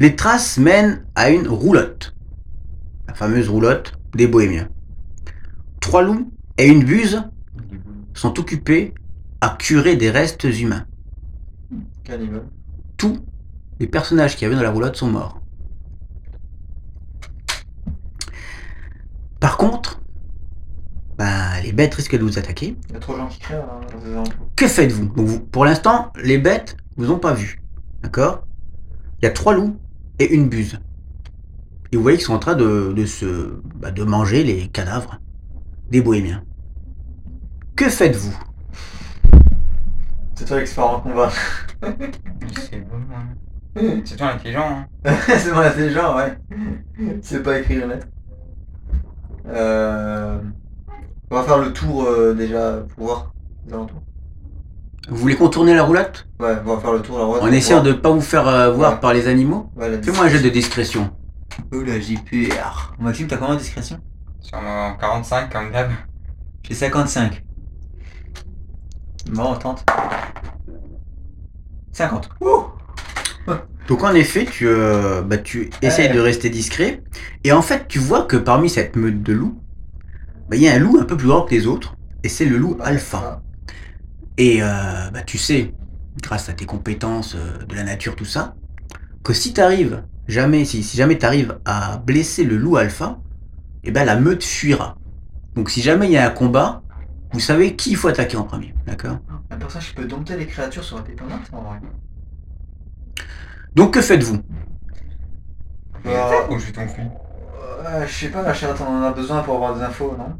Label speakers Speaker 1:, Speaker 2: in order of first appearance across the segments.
Speaker 1: Les traces mènent à une roulotte, la fameuse roulotte des Bohémiens. Trois loups et une buse sont occupés à curer des restes humains.
Speaker 2: Cannibal.
Speaker 1: Tous les personnages qu'il y avait dans la roulotte sont morts. Par contre, bah, les bêtes risquent de vous attaquer.
Speaker 2: Il y a trop de gens qui crient hein, dans ces endroits.
Speaker 1: Que faites-vous Donc, vous- Pour l'instant, les bêtes vous ont pas vu. D'accord Il y a trois loups et une buse. Et vous voyez qu'ils sont en train de, de se, bah, de manger les cadavres des bohémiens. Que faites-vous
Speaker 2: C'est toi l'expert en combat.
Speaker 3: C'est bon, hein.
Speaker 2: c'est
Speaker 3: C'est toi l'intelligent, hein.
Speaker 2: moi intelligent, ouais. C'est pas écrire une lettre. Euh... On va faire le tour euh, déjà pour voir les alentours.
Speaker 1: Vous voulez contourner la roulotte
Speaker 2: Ouais, on va faire le tour là.
Speaker 1: En essayant de ne pas vous faire euh, voir
Speaker 2: Ouais.
Speaker 1: par les animaux
Speaker 2: Ouais, la
Speaker 1: Fais-moi un jeu de discrétion.
Speaker 4: Oh la JPR. Maxime, t'as combien de discrétion
Speaker 3: Sur mon 45 comme d'hab.
Speaker 4: J'ai 55.
Speaker 2: Bon, on tente.
Speaker 4: 50.
Speaker 1: Donc en effet, tu, euh, bah, tu essayes
Speaker 2: Ouais.
Speaker 1: de rester discret. Et en fait, tu vois que parmi cette meute de loups, bah, il y a un loup un peu plus grand que les autres. Et c'est le loup alpha. Et euh, bah, tu sais, grâce à tes compétences euh, de la nature, tout ça, que si t'arrives jamais, si, si jamais t'arrives à blesser le loup alpha, eh ben la meute fuira. Donc si jamais il y a un combat, vous savez qui il faut attaquer en premier, d'accord
Speaker 2: Ah, Un personnage qui peut dompter les créatures sur un papier peinte, en vrai.
Speaker 1: Donc que faites-vous
Speaker 3: Mais attaque ou je t'en fous
Speaker 2: Euh, je sais pas, la chatte, on en a besoin pour avoir des infos, non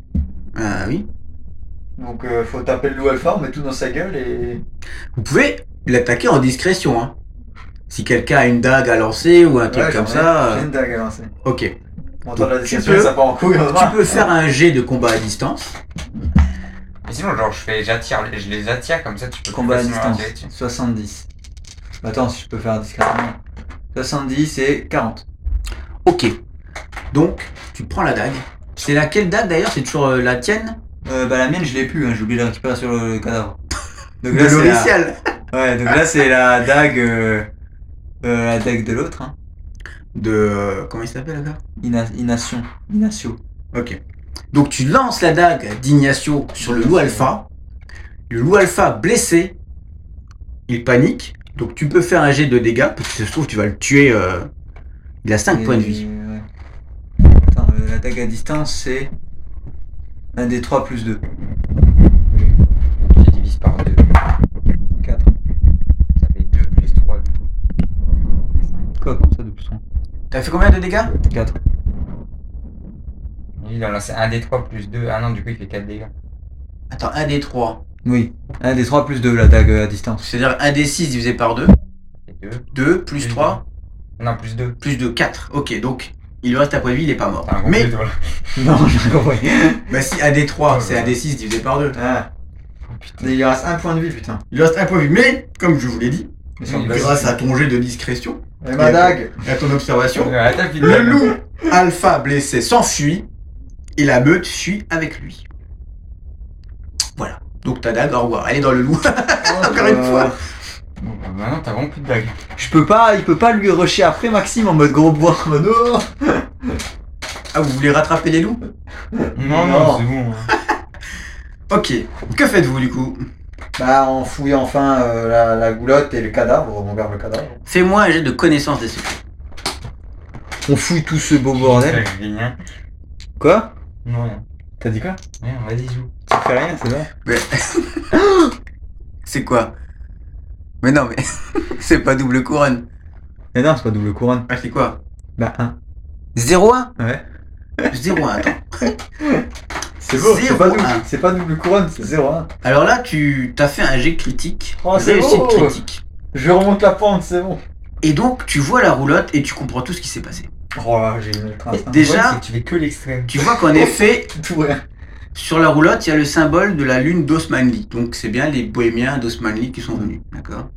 Speaker 1: Ah oui.
Speaker 2: Donc euh, faut taper le loup alpha, on met tout dans sa gueule et...
Speaker 1: Vous pouvez l'attaquer en discrétion, hein. Si quelqu'un a une dague à lancer ou un truc
Speaker 2: Ouais, j'en
Speaker 1: comme
Speaker 2: ai-
Speaker 1: ça,
Speaker 2: J'ai
Speaker 1: euh,
Speaker 2: une dague à lancer.
Speaker 1: ok.
Speaker 2: On entend la
Speaker 1: Tu
Speaker 2: discussion,
Speaker 1: peux-
Speaker 2: ça part en couille, on va
Speaker 1: Tu
Speaker 2: voir.
Speaker 1: peux faire un jet de combat à distance.
Speaker 3: Mais sinon, genre, je fais, j'attire, les- je les attire comme ça, tu peux
Speaker 4: Combat à
Speaker 3: facilement
Speaker 4: distance.
Speaker 3: attirer dessus.
Speaker 4: 70. Attends, si je peux faire discrètement. 70 et 40.
Speaker 1: Ok. Donc, tu prends la dague. C'est laquelle dague d'ailleurs C'est toujours euh, la tienne
Speaker 4: Euh, bah la mienne je l'ai plus, hein, j'ai oublié de la récupérer sur le cadavre. Donc
Speaker 1: De
Speaker 4: là c'est la...
Speaker 1: l'Oricial.
Speaker 4: Ouais, donc là c'est la dague, euh, euh, la dague de l'autre, hein.
Speaker 1: De. euh, Comment il s'appelle encore
Speaker 4: Ina... Ination. Inatio.
Speaker 1: Ok. Donc, tu lances la dague d'Ignacio sur le loup alpha. Le loup alpha blessé. Il panique. Donc, tu peux faire un jet de dégâts. Parce que ça se trouve, tu vas le tuer. euh, Il a 5
Speaker 4: Et-
Speaker 1: points de vie.
Speaker 4: ouais. Attends, euh, la dague à distance c'est un des 3 plus 2.
Speaker 3: Je divise par 2.
Speaker 4: 4.
Speaker 3: Ça fait 2 plus 3 du coup.
Speaker 4: Quoi comme ça de plus 3
Speaker 1: T'as fait combien de dégâts
Speaker 4: 4.
Speaker 3: Lui, il a lancé 1 des 3 plus 2. Ah non, du coup, il fait 4 dégâts.
Speaker 1: Attends, 1 des 3.
Speaker 4: Oui. Un des 3 plus 2 la dague à distance.
Speaker 1: C'est-à-dire 1 des 6 divisé par 2.
Speaker 3: Et 2.
Speaker 1: 2 plus
Speaker 3: Oui.
Speaker 1: 3
Speaker 3: Non, plus 2.
Speaker 1: plus 2, 4. Ok, donc il lui reste un point de vie, il est pas mort.
Speaker 3: T'as un gros
Speaker 1: Mais,
Speaker 3: plus, voilà.
Speaker 4: Non, j'ai rien compris.
Speaker 1: bah si, 1 des 3,
Speaker 3: Ouais,
Speaker 1: c'est
Speaker 3: ouais.
Speaker 1: 1 des 6 divisé par 2.
Speaker 2: Ah,
Speaker 3: Oh, putain.
Speaker 2: il lui reste un point de vie, putain.
Speaker 1: Il lui reste un point de vie. Mais, comme je vous l'ai dit,
Speaker 2: Mais
Speaker 3: Oui,
Speaker 2: surtout-
Speaker 3: vas-y.
Speaker 1: bah, grâce à ton jet de discrétion
Speaker 2: Et ma dague
Speaker 1: et à ton observation,
Speaker 3: Ouais, attaque, il-
Speaker 1: le loup alpha blessé s'enfuit et la meute fuit avec lui. Voilà. Donc ta dague, au revoir. Elle est dans le loup. Encore une fois.
Speaker 3: Bon, bah, Maintenant, t'as vraiment plus de dague.
Speaker 4: Oh, euh, Je peux pas, il peut pas lui rusher après Maxime en mode gros bois. en mode, oh
Speaker 1: Ah, vous voulez rattraper les loups
Speaker 2: Non.
Speaker 3: Non, non, c'est bon. hein.
Speaker 1: Ok. Que faites-vous du coup
Speaker 2: Bah, on fouille enfin euh, la, la goulotte et le cadavre, on regarde le cadavre.
Speaker 1: Fais-moi un jet de connaissance des secrets.
Speaker 4: On fouille tout ce beau bordel.
Speaker 3: Je gagne rien.
Speaker 4: Quoi
Speaker 3: Non, rien.
Speaker 4: T'as dit quoi
Speaker 3: Rien, vas-y, joue.
Speaker 4: Tu fais rien, c'est vrai
Speaker 1: C'est quoi Mais non, mais c'est pas double couronne.
Speaker 4: Mais non, c'est pas double couronne.
Speaker 1: Ah, c'est quoi
Speaker 4: Bah 1.
Speaker 1: 0-1
Speaker 4: Ouais.
Speaker 1: 0-1, attends.
Speaker 2: C'est beau, c'est
Speaker 1: Zéro
Speaker 2: pas, double-
Speaker 1: un.
Speaker 2: c'est pas double couronne, c'est 0-1.
Speaker 1: Alors là, tu t'as fait un jet critique.
Speaker 2: Oh, c'est
Speaker 1: réussite
Speaker 2: beau.
Speaker 1: critique.
Speaker 2: Je remonte la pente, c'est bon.
Speaker 1: Et donc, tu vois la roulotte et tu comprends tout ce qui s'est passé.
Speaker 2: Oh là, j'ai une trace. hein.
Speaker 1: Déjà-
Speaker 3: c'est que tu fais que l'extrême.
Speaker 1: Tu vois qu'en effet,
Speaker 2: Tout rien.
Speaker 1: sur la roulotte, il y a le symbole de la lune d'Osmanli. Donc, c'est bien les bohémiens d'Osmanli qui sont venus. D'accord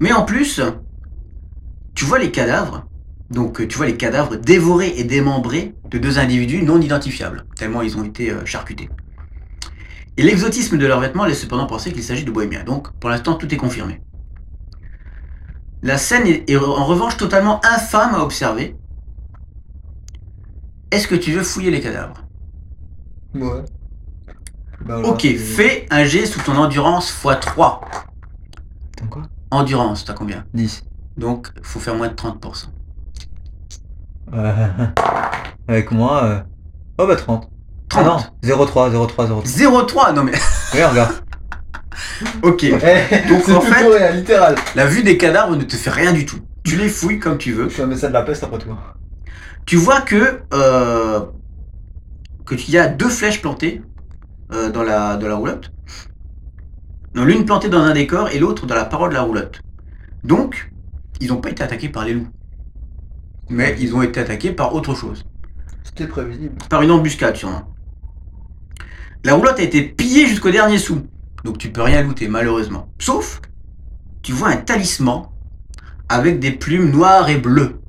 Speaker 1: Mais en plus, tu vois les cadavres. Donc, euh, tu vois les cadavres dévorés et démembrés de deux individus non identifiables, tellement ils ont été euh, charcutés. Et l'exotisme de leurs vêtements laisse cependant penser qu'il s'agit de bohémiens. Donc, pour l'instant, tout est confirmé. La scène est, est en revanche totalement infâme à observer. Est-ce que tu veux fouiller les cadavres
Speaker 4: Ouais. Bah, alors,
Speaker 1: Ok,
Speaker 4: c'est-
Speaker 1: fais un jet sous ton endurance x3.
Speaker 4: Attends quoi
Speaker 1: Endurance, t'as combien
Speaker 4: 10.
Speaker 1: Donc, faut faire moins de 30%.
Speaker 4: Euh, avec moi. euh, Oh bah 30. Ah
Speaker 1: 30
Speaker 4: non, 03, 03, 03.
Speaker 1: 0,3 Non mais...
Speaker 4: Regarde, regarde.
Speaker 1: Ok,
Speaker 2: Donc
Speaker 1: en fait-
Speaker 2: réel, hein, littéral.
Speaker 1: la vue des cadavres ne te fait rien du tout. Tu les fouilles comme tu veux.
Speaker 2: Je suis un médecin de la peste après tout. hein.
Speaker 1: Tu vois que... Euh, que tu y a deux flèches plantées euh, dans, la, dans la roulotte. Non, L'une plantée dans un décor et l'autre dans la paroi de la roulotte. Donc, ils n'ont pas été attaqués par les loups. Mais ils ont été attaqués par autre chose.
Speaker 2: C'était prévisible.
Speaker 1: Par une embuscade sûrement. La roulotte a été pillée jusqu'au dernier sou. Donc tu peux rien looter malheureusement. Sauf, tu vois un talisman avec des plumes noires et bleues.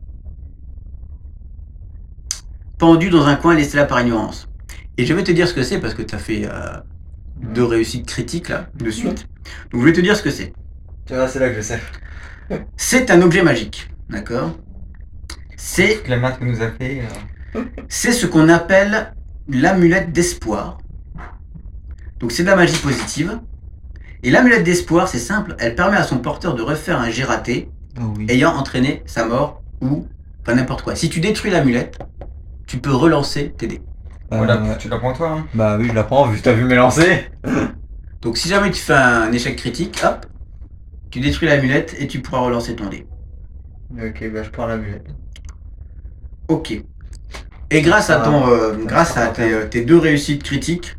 Speaker 1: Pendu dans un coin laissé là par ignorance. Et je vais te dire ce que c'est parce que tu as fait euh, deux réussites critiques là, de suite. Donc je vais te dire ce que c'est.
Speaker 2: Tu vois, c'est là que je sais.
Speaker 1: C'est un objet magique, d'accord C'est
Speaker 3: Toute la maths que nous a fait. euh,
Speaker 1: C'est ce qu'on appelle l'amulette d'espoir. Donc c'est de la magie positive. Et l'amulette d'espoir, c'est simple, elle permet à son porteur de refaire un jet raté
Speaker 4: Oh oui.
Speaker 1: ayant entraîné sa mort ou enfin n'importe quoi. Si tu détruis l'amulette, tu peux relancer tes dés.
Speaker 4: Bah,
Speaker 2: Euh,
Speaker 3: voilà,
Speaker 4: ouais.
Speaker 3: tu l'as pour toi. Hein.
Speaker 4: Bah oui, je la prends, vu que t'as vu mes lancers.
Speaker 1: Donc si jamais tu fais un échec critique, hop, tu détruis l'amulette et tu pourras relancer ton dé.
Speaker 2: Ok, bah je prends la mulette.
Speaker 1: Ok. Et grâce à
Speaker 2: Ah,
Speaker 1: ton, euh,
Speaker 2: ça
Speaker 1: grâce à
Speaker 2: sera
Speaker 1: tes, euh, tes deux réussites critiques,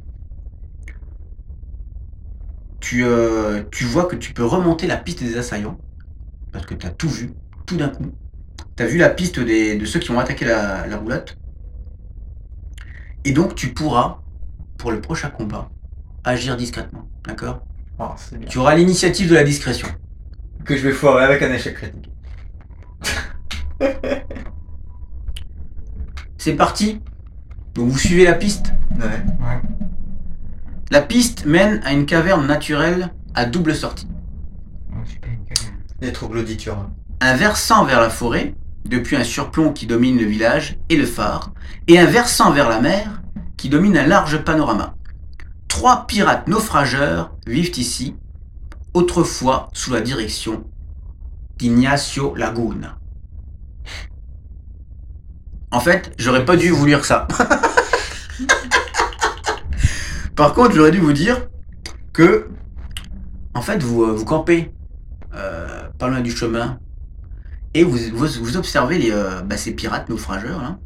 Speaker 1: tu, euh, tu vois que tu peux remonter la piste des assaillants parce que tu as tout vu, tout d'un coup. Tu as vu la piste des, de ceux qui ont attaqué la, la roulotte. Et donc tu pourras, pour le prochain combat, agir discrètement. D'accord
Speaker 2: Oh, c'est bien.
Speaker 1: Tu auras l'initiative de la discrétion.
Speaker 2: Que je vais foirer avec un échec critique.
Speaker 1: C'est parti Donc vous suivez la piste
Speaker 4: Ouais.
Speaker 1: La piste mène à une caverne naturelle à double sortie.
Speaker 3: Oh, super, nickel.
Speaker 2: Les troglodytures. hein.
Speaker 1: Un versant vers la forêt, depuis un surplomb qui domine le village et le phare, et un versant vers la mer, qui domine un large panorama. Trois pirates naufrageurs vivent ici, autrefois sous la direction d'Ignacio Laguna. En fait, j'aurais pas dû vous lire ça. Par contre, j'aurais dû vous dire que, en fait, vous, euh, vous campez euh, pas loin du chemin et vous, vous, vous observez les, euh, bah, ces pirates naufrageurs là,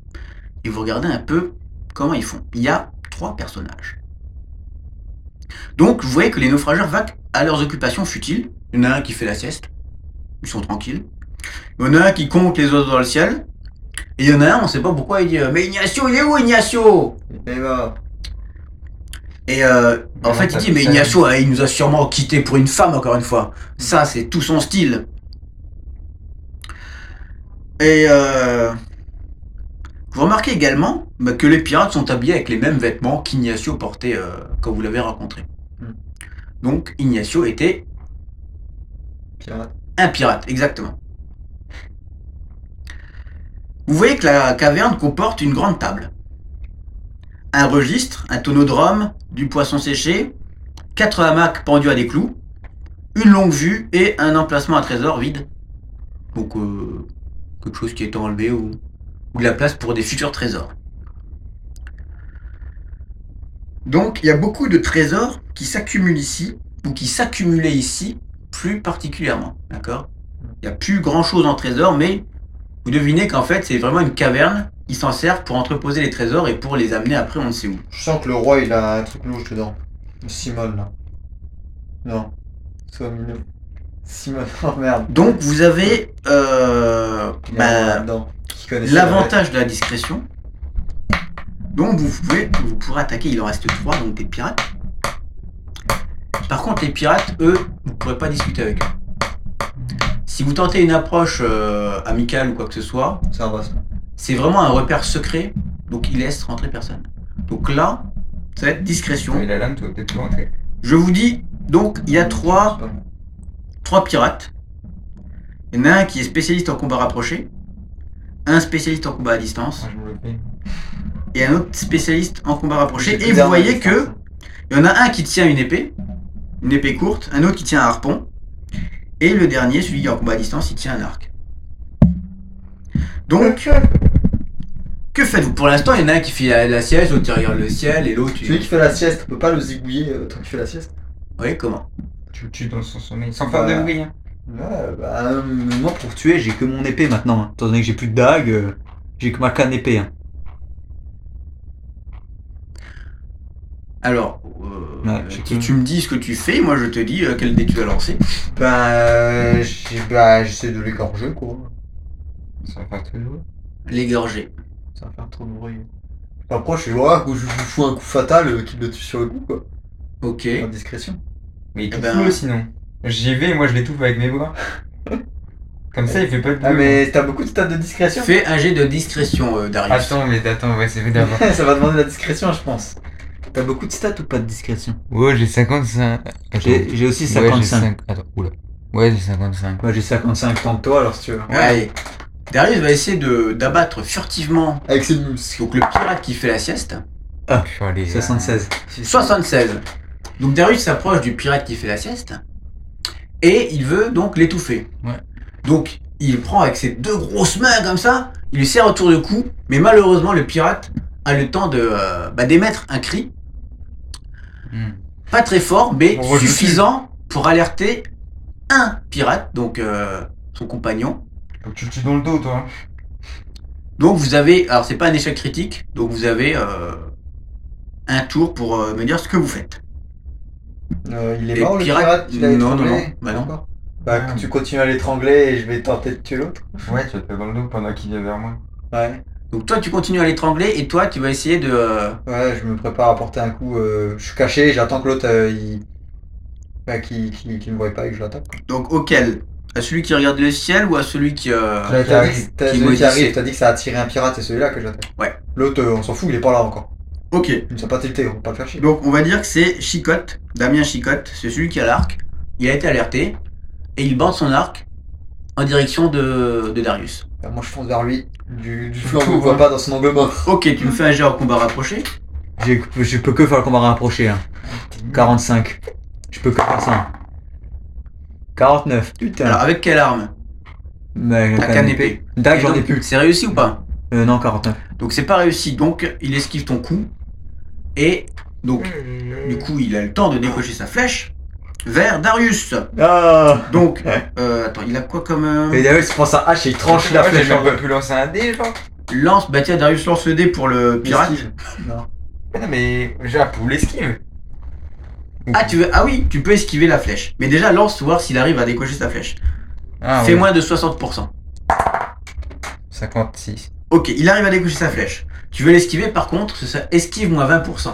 Speaker 1: et vous regardez un peu comment ils font. Il y a trois personnages. Donc, vous voyez que les naufrageurs vaquent à leurs occupations futiles. Il y en a un qui fait la sieste, ils sont tranquilles. Il y en a un qui compte les oiseaux dans le ciel. Et il y en a un, on sait pas pourquoi, il dit euh, Mais Ignacio, il est où Ignacio
Speaker 2: Il est mort.
Speaker 1: et euh, en
Speaker 3: Ouais,
Speaker 1: fait, il
Speaker 3: t'as
Speaker 1: dit,
Speaker 3: fait
Speaker 1: mais
Speaker 3: ça.
Speaker 1: Ignacio, hein, il nous a sûrement quitté pour une femme, encore une fois. Ça, c'est tout son style. Et euh, vous remarquez également bah, que les pirates sont habillés avec les mêmes vêtements qu'Ignacio portait euh, quand vous l'avez rencontré.
Speaker 2: Hmm.
Speaker 1: Donc, Ignacio était
Speaker 2: Pirate.
Speaker 1: un pirate, exactement. Vous voyez que la caverne comporte une grande table. Un registre, un tonneau de rhum, du poisson séché, quatre hamacs pendus à des clous, une longue vue et un emplacement à trésor vide. Donc euh, quelque chose qui est enlevé ou, ou de la place pour des futurs trésors. Donc il y a beaucoup de trésors qui s'accumulent ici, ou qui s'accumulaient ici, plus particulièrement, d'accord Il n'y a plus grand-chose en trésor, mais vous devinez qu'en fait, c'est vraiment une caverne. Ils s'en servent pour entreposer les trésors et pour les amener après on ne sait où.
Speaker 2: Je sens que le roi il a un truc louche dedans. Le Simone là. Non. Sois mignon. Simone, oh merde.
Speaker 1: Donc, vous avez euh,
Speaker 2: Il y a un roi
Speaker 1: bah,
Speaker 2: là-dedans. Qui connaissait la
Speaker 1: l'avantage de la discrétion. Donc, vous pouvez, vous pourrez attaquer. Il en reste trois, donc des pirates. Par contre, les pirates, eux, vous ne pourrez pas discuter avec eux. Si vous tentez une approche euh, amicale ou quoi que ce soit,
Speaker 2: vraie. C'est un boss.
Speaker 1: c'est vraiment un repère secret, donc il laisse rentrer personne. Donc là, ça va être
Speaker 3: Tu mets
Speaker 1: discrétion.
Speaker 3: la lame, tu vas peut-être plus rentrer.
Speaker 1: Je vous dis, donc il y a trois,
Speaker 2: Je sais pas.
Speaker 1: trois pirates. Il y en a un qui est spécialiste en combat rapproché, un spécialiste en combat à distance,
Speaker 3: Moi, je me le fais.
Speaker 1: et un autre spécialiste en combat rapproché.
Speaker 2: J'ai
Speaker 1: Et
Speaker 2: plus
Speaker 1: vous
Speaker 2: d'armes à
Speaker 1: voyez
Speaker 2: distance,
Speaker 1: que
Speaker 2: hein.
Speaker 1: il y en a un qui tient une épée, une épée courte, un autre qui tient un harpon, et le dernier, celui qui est en combat à distance, il tient un arc. Donc, que faites-vous Pour l'instant, il y en a un qui fait la, la sieste, l'autre qui regarde le ciel, et l'autre. il-
Speaker 2: Celui qui fait la sieste, on peut pas le zigouiller euh, tant qu'il fait la sieste.
Speaker 1: Oui, comment
Speaker 3: Tu le tues dans son sommeil, sans faire de
Speaker 2: Voilà.
Speaker 3: bruit. hein.
Speaker 2: Ouais, bah, euh,
Speaker 4: Moi, pour tuer, j'ai que mon épée maintenant. hein. Étant donné que j'ai plus de dague, euh, j'ai que ma canne épée. hein.
Speaker 1: Alors, euh,
Speaker 4: Ouais, j'ai
Speaker 1: tu, tu me dis ce que tu fais, moi je te dis euh, quel dé tu vas lancer.
Speaker 2: bah, euh, j'ai- bah, j'essaie de l'égorger, quoi.
Speaker 3: Ça va faire tout le bruit.
Speaker 1: L'égorger.
Speaker 2: Ça va faire trop de bruit. Après, je vois, je je fous un coup fatal euh, qui le tue sur le coup, quoi.
Speaker 1: Ok.
Speaker 2: Par discrétion.
Speaker 3: Mais il
Speaker 1: Eh
Speaker 3: est
Speaker 1: ben-
Speaker 3: ben... sinon. J'y vais, moi je l'étouffe avec mes bras. Comme ça, il fait pas de bruit.
Speaker 2: Ah, mais t'as beaucoup de stades de discrétion.
Speaker 1: Fais un jet de discrétion, euh, Darius.
Speaker 3: hein. Attends, mais attends, ouais, c'est fait d'abord.
Speaker 2: ça va demander de la discrétion, je pense.
Speaker 4: T'as beaucoup de stats ou pas de discrétion
Speaker 3: Ouais, j'ai 55. Attends.
Speaker 4: J'ai j'ai aussi
Speaker 3: Ouais, j'ai
Speaker 4: 55.
Speaker 3: cinq- Attends, oula. Ouais, j'ai 55.
Speaker 4: Moi, j'ai 55 tant que toi, alors si tu veux.
Speaker 1: Ouais, allez. Darius va essayer de d'abattre furtivement
Speaker 2: Avec ses muscles.
Speaker 1: donc le pirate qui fait la sieste.
Speaker 3: Sur
Speaker 1: euh,
Speaker 3: les-
Speaker 4: 76.
Speaker 1: 76. Donc Darius s'approche du pirate qui fait la sieste et il veut donc l'étouffer.
Speaker 3: Ouais.
Speaker 1: Donc il prend avec ses deux grosses mains comme ça, il lui serre autour du cou, mais malheureusement le pirate a le temps de euh, bah, d'émettre un cri,
Speaker 3: Hmm.
Speaker 1: pas très fort, mais
Speaker 3: On voit le
Speaker 1: suffisant pour alerter un pirate, donc euh, son compagnon.
Speaker 3: Faut que tu le tues dans le dos, toi.
Speaker 1: Donc vous avez, alors c'est pas un échec critique, donc vous avez euh, un tour pour euh, me dire ce que vous faites.
Speaker 2: Euh, il est
Speaker 1: Et
Speaker 2: mort le
Speaker 1: pirate-
Speaker 2: pirate Tu l'as
Speaker 1: non, non,
Speaker 2: étranglé
Speaker 1: non. Bah non.
Speaker 2: D'accord. Bah
Speaker 3: Ah.
Speaker 2: que tu continues à l'étrangler et je vais tenter de tuer l'autre.
Speaker 3: hein. Ouais, tu vas te faire dans le dos pendant qu'il vient vers moi.
Speaker 2: Ouais.
Speaker 1: Donc toi tu continues à l'étrangler et toi tu vas essayer de... euh,
Speaker 2: Ouais, je me prépare à porter un coup. euh, je suis caché, j'attends que l'autre euh, il. Bah qui, qui, qui me voit pas et que je l'attaque. quoi.
Speaker 1: donc auquel À celui qui regarde le ciel ou à celui qui... euh,
Speaker 2: T'as
Speaker 3: qui
Speaker 2: t'as dit,
Speaker 3: arrive,
Speaker 2: t'as
Speaker 1: qui
Speaker 2: celui qui
Speaker 1: maudissait.
Speaker 2: arrive, t'as dit que ça a attiré un pirate, c'est celui-là que j'attaque.
Speaker 1: Ouais.
Speaker 2: L'autre, euh, on s'en fout, il est pas là encore.
Speaker 1: Ok.
Speaker 2: Il nous a pas tilté, on va pas le faire chier.
Speaker 1: Donc on va dire que c'est Chicotte, Damien Chicotte, c'est celui qui a l'arc. Il a été alerté et il bande son arc en direction de, de Darius.
Speaker 2: Bah, moi je fonce vers lui. Du, du flanc,
Speaker 3: Tout,
Speaker 2: on voit
Speaker 3: hein.
Speaker 2: pas dans son angle mort.
Speaker 1: Ok, tu me fais un jet en combat rapproché.
Speaker 4: J'ai- Je peux que faire le combat rapproché. Hein. 45. Je peux que faire ça. 49. Putain.
Speaker 1: Alors avec quelle arme
Speaker 4: Mais
Speaker 1: Ta canne épée.
Speaker 4: Dague,
Speaker 1: Et
Speaker 4: j'en ai
Speaker 1: donc,
Speaker 4: plus.
Speaker 1: C'est réussi ou pas
Speaker 4: Euh, non, 49.
Speaker 1: Donc c'est pas réussi, donc il esquive ton coup. Et donc, du coup, il a le temps de décocher sa flèche vers Darius.
Speaker 4: Ah
Speaker 1: Donc, euh, attends, il a quoi comme... euh,
Speaker 4: Et d'ailleurs, il se prend sa hache et il tranche la
Speaker 3: Ouais, j'ai
Speaker 4: flèche.
Speaker 3: même pas pu lancer un dé, genre.
Speaker 1: Lance, bah tiens, Darius lance le dé pour le pirate.
Speaker 2: Esquive. Non.
Speaker 3: Ah Non, mais j'ai un poulet esquive.
Speaker 1: Ah, tu veux... Ah oui, tu peux esquiver la flèche. Mais déjà, lance, voir s'il arrive à décocher sa flèche.
Speaker 3: Ah,
Speaker 1: Fais
Speaker 3: ouais.
Speaker 1: moins de 60%.
Speaker 3: 56.
Speaker 1: Ok, il arrive à décocher sa flèche. Tu veux l'esquiver, par contre, ce serait esquive moins 20%.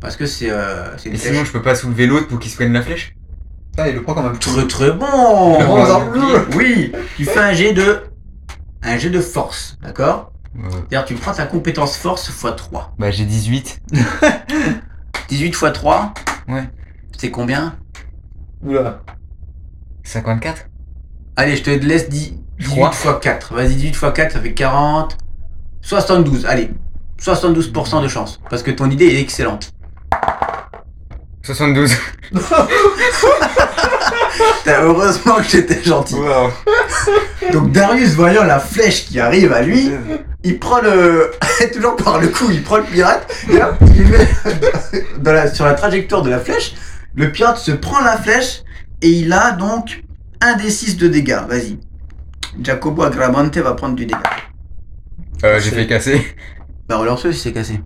Speaker 1: Parce que c'est... Euh, c'est une
Speaker 3: Et sinon,
Speaker 1: flèche.
Speaker 3: je peux pas soulever l'autre pour qu'il se prenne la flèche
Speaker 2: Ah, il le prend quand même.
Speaker 1: Très très bon
Speaker 2: Oh,
Speaker 3: Ouais.
Speaker 2: non,
Speaker 4: hein.
Speaker 2: bleu.
Speaker 1: Oui, tu fais un jet de... Un jet de force, d'accord C'est-à-dire tu prends ta compétence force x 3.
Speaker 3: Euh, Bah, j'ai 18.
Speaker 1: 18 x 3
Speaker 3: Ouais.
Speaker 1: C'est combien
Speaker 2: Oula.
Speaker 3: 54
Speaker 1: Allez, je te laisse 10, 18
Speaker 3: Trois.
Speaker 1: x 4. Vas-y, 18 x 4, ça fait 40. 72, allez. 72% de chance. Parce que ton idée est excellente.
Speaker 3: 72.
Speaker 1: Putain, heureusement que j'étais gentil.
Speaker 3: Wow. Euh,
Speaker 1: Donc Darius, voyant la flèche qui arrive à lui, il prend le... toujours par le coup, il prend le pirate. Et hop, il met dans la- sur la trajectoire de la flèche. Le pirate se prend la flèche et il a donc un des 6 de dégâts. Vas-y. Jacobo Agramante va prendre du dégât.
Speaker 3: Euh, j'ai fait casser.
Speaker 1: Bah relance-le si c'est cassé.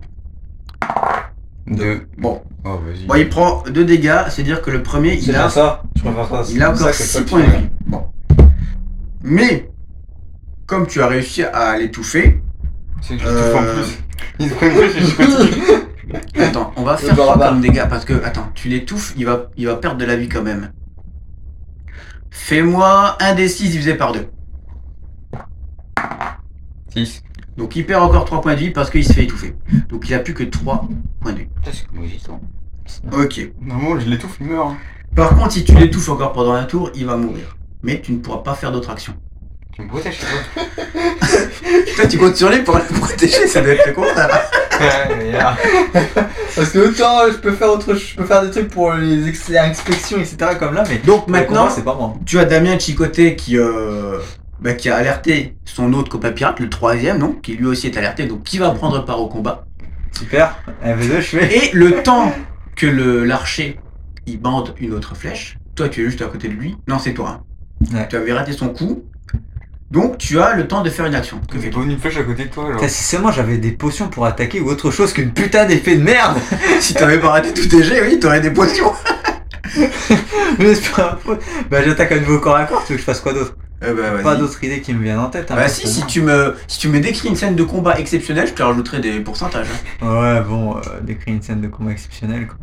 Speaker 3: 2.
Speaker 1: Bon.
Speaker 3: Oh, vas-y.
Speaker 1: Bon, il prend 2 dégâts, c'est-à-dire que le premier,
Speaker 2: C'est
Speaker 1: il
Speaker 2: bien
Speaker 1: a,
Speaker 2: ça. Je préfère ça. c'est
Speaker 1: il a
Speaker 2: comme ça
Speaker 1: encore
Speaker 2: que
Speaker 1: 6
Speaker 2: toi, tu
Speaker 1: points de
Speaker 2: regardes.
Speaker 1: vie. Bon. Mais, comme tu as réussi à l'étouffer,
Speaker 3: C'est
Speaker 1: je te fais en plus.
Speaker 3: Il se prend plus, je
Speaker 1: Attends, on va faire quoi
Speaker 2: barbare.
Speaker 1: comme dégâts Parce que, attends, tu l'étouffes, il va, il va perdre de la vie quand même. Fais-moi un des 6 divisé par 2.
Speaker 3: 6.
Speaker 1: Donc il perd encore 3 points de vie parce qu'il se fait étouffer. Donc il a plus que 3 points de vie.
Speaker 3: Putain, c'est comment ils sont.
Speaker 1: Ok.
Speaker 3: Normalement, je l'étouffe, il meurt. hein.
Speaker 1: Par contre, si tu l'étouffes encore pendant un tour, il va mourir. mais tu ne pourras pas faire d'autres actions.
Speaker 3: Tu me protèges, c'est quoi
Speaker 1: Toi, tu comptes sur lui pour le protéger, ça doit être le contraire.
Speaker 3: Ouais, là.
Speaker 4: Parce que autant euh, je peux faire autre, je peux faire des trucs pour les ex- les inspections, etc. Comme là, mais
Speaker 1: Donc maintenant,
Speaker 4: Combat, c'est pas moi.
Speaker 1: tu as Damien de Chicoté qui, euh, bah, qui a alerté son autre copain pirate, le troisième, donc, qui lui aussi est alerté, donc qui va prendre part au combat.
Speaker 4: Super. MV2, je fais.
Speaker 1: Et le temps que le l'archer il bande une autre flèche, toi tu es juste à côté de lui. Non, c'est toi. hein.
Speaker 4: Ouais.
Speaker 1: Tu avais raté son coup. Donc tu as le temps de faire une action. Que
Speaker 3: J'ai
Speaker 1: fais-tu
Speaker 3: bonne une flèche à côté de toi, genre.
Speaker 4: Putain, si seulement j'avais des potions pour attaquer ou autre chose qu'une putain d'effet de merde.
Speaker 1: Si t'avais pas raté tous tes jets, oui, t'aurais des potions.
Speaker 4: Mais c'est pas ma faute. Bah j'attaque à nouveau corps à corps. Tu veux que je fasse quoi d'autre
Speaker 1: Euh, bah, vas-y.
Speaker 4: Pas d'autres idées qui me viennent en tête. hein,
Speaker 1: Bah
Speaker 4: parce
Speaker 1: si,
Speaker 4: que
Speaker 1: si
Speaker 4: bon.
Speaker 1: tu me si tu me décris une scène de combat exceptionnelle, je te rajouterai des pourcentages. hein.
Speaker 4: Ouais, bon, euh, décrire une scène de combat exceptionnelle quoi.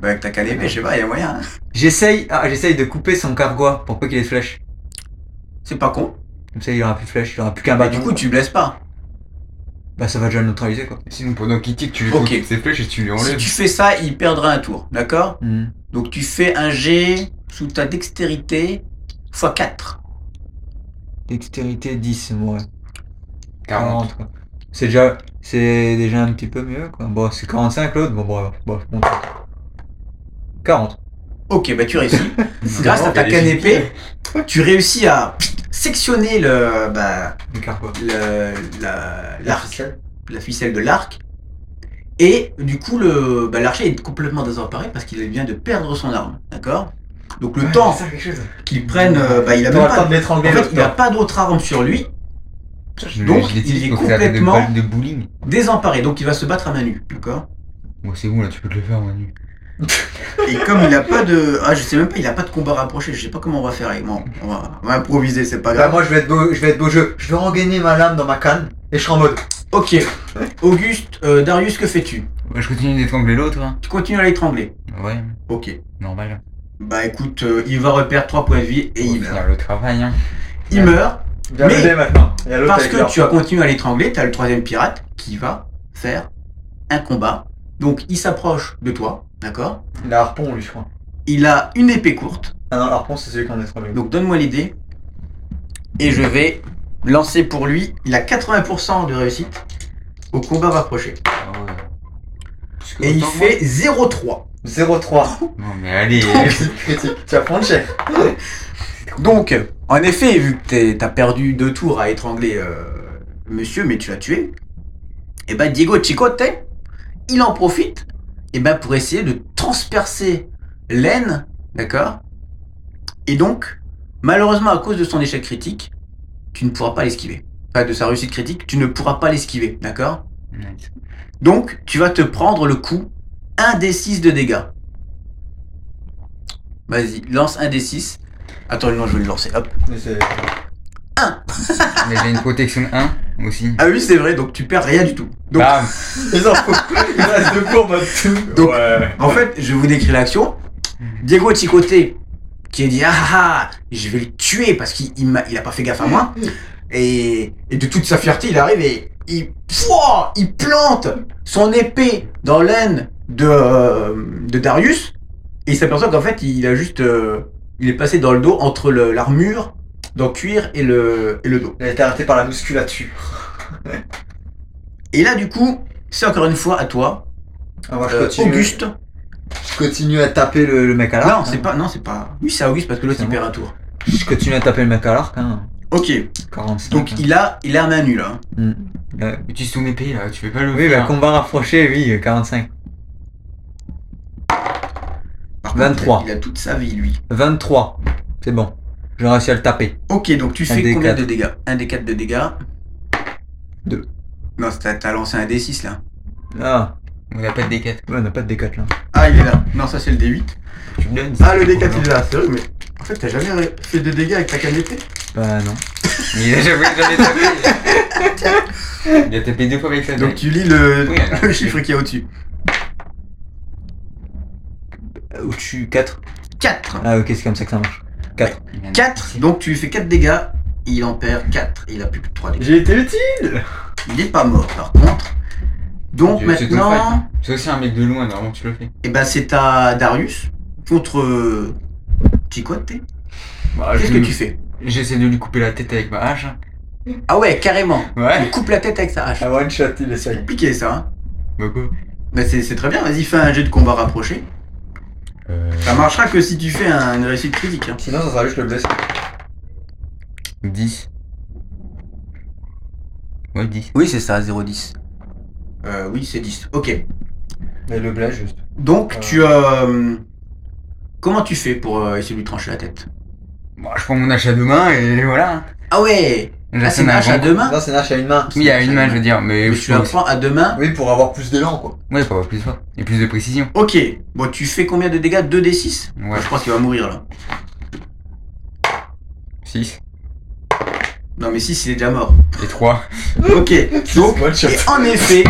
Speaker 1: Bah avec ta canne épée, je sais pas, y a moyen. hein.
Speaker 4: J'essaye, ah, j'essaye de couper son cargois pour pas qu'il ait de flèches.
Speaker 1: C'est pas con.
Speaker 4: Comme ça, il aura plus de flèches, il aura plus qu'un
Speaker 1: Bah
Speaker 4: bâton.
Speaker 1: du coup, tu blesses pas.
Speaker 4: Bah, ça va déjà le neutraliser quoi.
Speaker 3: Sinon, pendant qu'il tique, tu lui
Speaker 1: Ok.
Speaker 3: coupes toutes ses flèches et tu lui
Speaker 1: Si
Speaker 3: enlèves.
Speaker 1: tu fais ça, il perdra un tour, d'accord
Speaker 4: Hmm.
Speaker 1: Donc tu fais un jet sous ta dextérité x 4.
Speaker 4: Dextérité 10, ouais.
Speaker 3: 40.
Speaker 4: 40 quoi. C'est déjà, c'est déjà un petit peu mieux quoi. Bon, c'est 45 l'autre, bon, bon, bon, bon. 40.
Speaker 1: Ok, bah tu réussis. Grâce à ta canne épée, tu réussis à sectionner le, bah,
Speaker 4: Le cargois.
Speaker 1: le- la, l'arc, la ficelle de l'arc. Et du coup, le, bah, l'archer est complètement désemparé parce qu'il vient de perdre son arme. D'accord Donc le temps qu'il prenne, euh, bah, il a même
Speaker 4: T'auras le temps
Speaker 1: pas,
Speaker 4: de
Speaker 1: en
Speaker 4: l'étrangler.
Speaker 1: fait,
Speaker 4: l'autre,
Speaker 1: il a
Speaker 4: toi.
Speaker 1: pas d'autre arme sur lui,
Speaker 3: Je l'ai-
Speaker 1: Donc,
Speaker 3: je l'ai
Speaker 1: il
Speaker 3: tique
Speaker 1: est
Speaker 3: quand ça fait de
Speaker 1: complètement-
Speaker 3: balle de bowling.
Speaker 1: désemparé. Donc il va se battre à main nue. D'accord
Speaker 3: Bon, c'est bon, là, tu peux te le faire, Manu.
Speaker 1: Et comme il a pas de, ah je sais même pas, il a pas de combat rapproché. Je sais pas comment on va faire avec moi. On va, on va improviser, c'est pas
Speaker 4: Bah,
Speaker 1: grave.
Speaker 4: moi, je vais être beau, je vais être beau jeu. Je vais rengainer ma lame dans ma canne et je serai en mode.
Speaker 1: Ok. Auguste, euh, Darius, que fais-tu
Speaker 3: Ouais, je continue d'étrangler l'autre, hein.
Speaker 1: Tu continues à l'étrangler.
Speaker 3: Ouais,
Speaker 1: Ok.
Speaker 3: normal.
Speaker 1: Bah écoute, euh, il va reperdre 3 points de vie et
Speaker 3: Faut
Speaker 1: il meurt.
Speaker 3: faire le travail, hein.
Speaker 1: Il meurt
Speaker 4: Bien
Speaker 1: Mais-
Speaker 4: levé maintenant. Il y a l'autre
Speaker 1: parce
Speaker 4: avec leur-
Speaker 1: que tu as continué à l'étrangler, t'as le troisième pirate qui va faire un combat. Donc il s'approche de toi, d'accord
Speaker 4: Il a harpon, lui, je crois.
Speaker 1: Il a une épée courte,
Speaker 4: Ah non, l'harpon, c'est celui qu'on est trouvé.
Speaker 1: donc donne-moi l'idée. Et je vais lancer pour lui. Il a 80% de réussite au combat rapproché.
Speaker 3: Ah ouais. Parce que
Speaker 1: Et il
Speaker 3: autant,
Speaker 1: fait 0,3.
Speaker 4: 0-3.
Speaker 3: moi- Non, mais allez.
Speaker 4: Critique, critique. Tu vas prendre cher.
Speaker 1: Donc, en effet, vu que t'es- t'as perdu deux tours à étrangler euh, monsieur, mais tu l'as tué, et ben Diego Chicote, il en profite et ben pour essayer de transpercer l'aine, d'accord Et donc, malheureusement, à cause de son échec critique, tu ne pourras pas l'esquiver. Enfin, de sa réussite critique, tu ne pourras pas l'esquiver, d'accord
Speaker 3: Nice.
Speaker 1: Donc, tu vas te prendre le coup 1 des 6 de dégâts. Vas-y, lance 1 des 6. Attends, non, je vais le lancer, hop.
Speaker 4: Mais c'est.
Speaker 3: Mais j'ai une protection 1 aussi.
Speaker 1: Ah oui, c'est vrai, donc tu perds rien du tout. Donc,
Speaker 3: Bam.
Speaker 4: Ils en foutent. Ils restent debout en mode tout.
Speaker 1: Donc-
Speaker 4: ouais.
Speaker 1: en fait, je vous décris l'action. Diego Chicoté, qui a dit Ah ah, je vais le tuer parce qu'il il m'a- il a pas fait gaffe à moi. Et, et de toute sa fierté, il arrive et il, Pouah il plante son épée dans l'aine de, euh, de Darius. Et il s'aperçoit qu'en fait, il a juste. euh, il est passé dans le dos entre le- l'armure, dans le cuir et le, et le dos.
Speaker 4: Il a été arrêté par la musculature.
Speaker 1: Et là, du coup, c'est encore une fois à toi,
Speaker 4: Ah, moi, je
Speaker 1: euh,
Speaker 4: continue.
Speaker 1: Auguste.
Speaker 4: Je continue à taper le, le mec à l'arc.
Speaker 1: non, c'est
Speaker 4: hein.
Speaker 1: pas. Non, c'est pas. Oui, c'est Auguste parce que l'autre,
Speaker 4: C'est
Speaker 1: il
Speaker 4: moi.
Speaker 1: perd un tour.
Speaker 4: Je continue à taper le mec à l'arc. Hein.
Speaker 1: Ok,
Speaker 4: 45.
Speaker 1: donc
Speaker 4: hein.
Speaker 1: il a, il a un main nul. hein.
Speaker 4: Hmm. Ouais.
Speaker 3: Utilise ton épée là, tu fais pas le
Speaker 4: Oui, bah,
Speaker 3: faire.
Speaker 4: combat rapproché, oui, euh, 45.
Speaker 1: Par contre,
Speaker 4: 23.
Speaker 1: il a toute sa vie, lui.
Speaker 4: 23. C'est bon. J'ai réussi à le taper.
Speaker 1: Ok, donc tu
Speaker 4: Un
Speaker 1: fais
Speaker 4: des
Speaker 1: combien
Speaker 4: quatre.
Speaker 1: de dégâts Un des 4 de dégâts.
Speaker 4: Deux.
Speaker 1: Non, c'est- t'as t'as lancé un D6 là.
Speaker 4: Ah,
Speaker 3: On appelle des quêtes.
Speaker 4: ouais, on n'a pas de D4 là.
Speaker 1: Ah, il est là. Non, ça c'est le D8.
Speaker 3: Tu me donnes
Speaker 1: Ah, le D4 il est là, c'est vrai, mais. En fait, t'as jamais fait de dégâts avec ta canne d'épée
Speaker 4: Bah non.
Speaker 3: Mais il a jamais jamais tapé. Il a tapé deux fois avec sa
Speaker 1: Donc
Speaker 3: dague.
Speaker 1: tu lis le,
Speaker 3: Oui, alors.
Speaker 1: le chiffre qu'il y a au-dessus.
Speaker 4: Euh, Ou tu 4.
Speaker 1: 4.
Speaker 4: Ah ok, c'est comme ça que ça marche. 4.
Speaker 3: Il a-
Speaker 1: 4, donc tu lui fais 4 dégâts. Il en perd 4. Il a plus que 3 dégâts.
Speaker 4: J'ai été utile
Speaker 1: Il n'est pas mort par contre. Donc
Speaker 3: Tu- tu te
Speaker 1: maintenant. eh
Speaker 3: fight, hein. C'est aussi un mec de loin, normalement tu le fais.
Speaker 1: Et ben c'est à Darius contre euh, Chicote.
Speaker 3: Bah,
Speaker 1: Qu'est-ce
Speaker 3: je
Speaker 1: que
Speaker 3: lui-
Speaker 1: tu fais
Speaker 3: J'essaie de lui couper la tête avec ma hache. hein.
Speaker 1: Ah ouais, carrément.
Speaker 3: Ouais.
Speaker 1: Il coupe la tête avec sa hache.
Speaker 2: Un Ah, one shot, il
Speaker 1: C'est
Speaker 2: essaye.
Speaker 1: compliqué ça. Hein
Speaker 3: Bah quoi
Speaker 1: Bah, c'est c'est très bien, vas-y, fais un jeu de combat rapproché. Ça marchera que si tu fais un, une réussite critique. hein.
Speaker 2: Sinon, ça sera juste le blesse.
Speaker 3: 10. Ouais, 10.
Speaker 1: Oui, c'est ça, 0-10. Euh, oui, c'est 10. Ok.
Speaker 2: Mais le blesse, juste.
Speaker 1: Donc,
Speaker 2: Euh.
Speaker 1: tu as. euh, Comment tu fais pour euh, essayer de lui trancher la tête
Speaker 3: Bah, je prends mon hache à deux mains et voilà.
Speaker 1: Ah ouais
Speaker 3: Là,
Speaker 1: Là, c'est une hache à deux mains
Speaker 2: Non, c'est Nash à une main.
Speaker 3: Oui, à une main, je veux dire, mais,
Speaker 1: Mais
Speaker 3: je
Speaker 1: tu la
Speaker 3: pense-
Speaker 1: prends à deux mains.
Speaker 2: Oui, pour avoir plus d'élan, quoi.
Speaker 3: Ouais, pour avoir plus fort. Et plus de précision.
Speaker 1: Ok. Bon, tu fais combien de dégâts 2d6
Speaker 3: Ouais,
Speaker 1: Je pense qu'il va mourir là.
Speaker 3: 6.
Speaker 1: Non, mais 6, il est déjà mort.
Speaker 3: Et 3.
Speaker 1: Ok. Donc,
Speaker 2: one shot.
Speaker 1: Et en effet,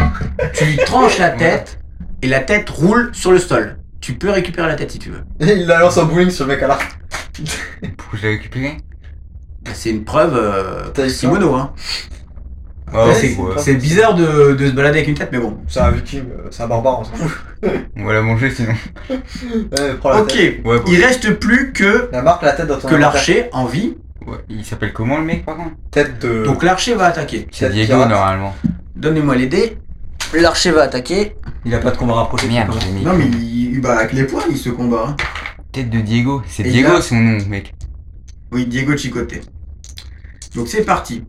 Speaker 1: tu lui tranches la tête et la tête roule sur le sol. Tu peux récupérer la tête si tu veux.
Speaker 2: Et il la lance en bowling sur le mec à l'arc.
Speaker 3: Pourquoi je l'ai récupéré
Speaker 1: Bah, C'est une preuve euh,
Speaker 2: T'as eu
Speaker 1: Simono. Hein.
Speaker 3: Ah
Speaker 2: Ouais,
Speaker 3: ouais,
Speaker 2: c'est-
Speaker 3: ouais.
Speaker 1: C'est bizarre de, de se balader avec une tête, mais bon.
Speaker 2: C'est un viking, euh, c'est un barbare, on s'en fout.
Speaker 3: On va la manger sinon.
Speaker 2: Ouais, prends la
Speaker 1: Ok,
Speaker 2: tête.
Speaker 3: Ouais, bon.
Speaker 1: il reste plus que,
Speaker 2: La marque la tête dans ton
Speaker 1: que
Speaker 2: inventaire.
Speaker 1: l'archer en vie.
Speaker 3: Ouais, Il s'appelle comment le mec par contre
Speaker 2: Tête
Speaker 3: Euh.
Speaker 2: de.
Speaker 1: Donc l'archer va attaquer.
Speaker 3: C'est
Speaker 2: Tête
Speaker 3: Diego
Speaker 2: pirate.
Speaker 3: normalement.
Speaker 1: Donnez-moi les dés. L'archer va attaquer.
Speaker 4: Il a pas de combat rapproché.
Speaker 3: Merde, j'ai mis.
Speaker 1: Non mais il, il bat avec les poings, il se combat. hein.
Speaker 3: Tête de Diego. C'est
Speaker 1: Et
Speaker 3: Diego
Speaker 1: là-
Speaker 3: son nom, mec.
Speaker 1: Oui, Diego Chicoté. Donc c'est parti.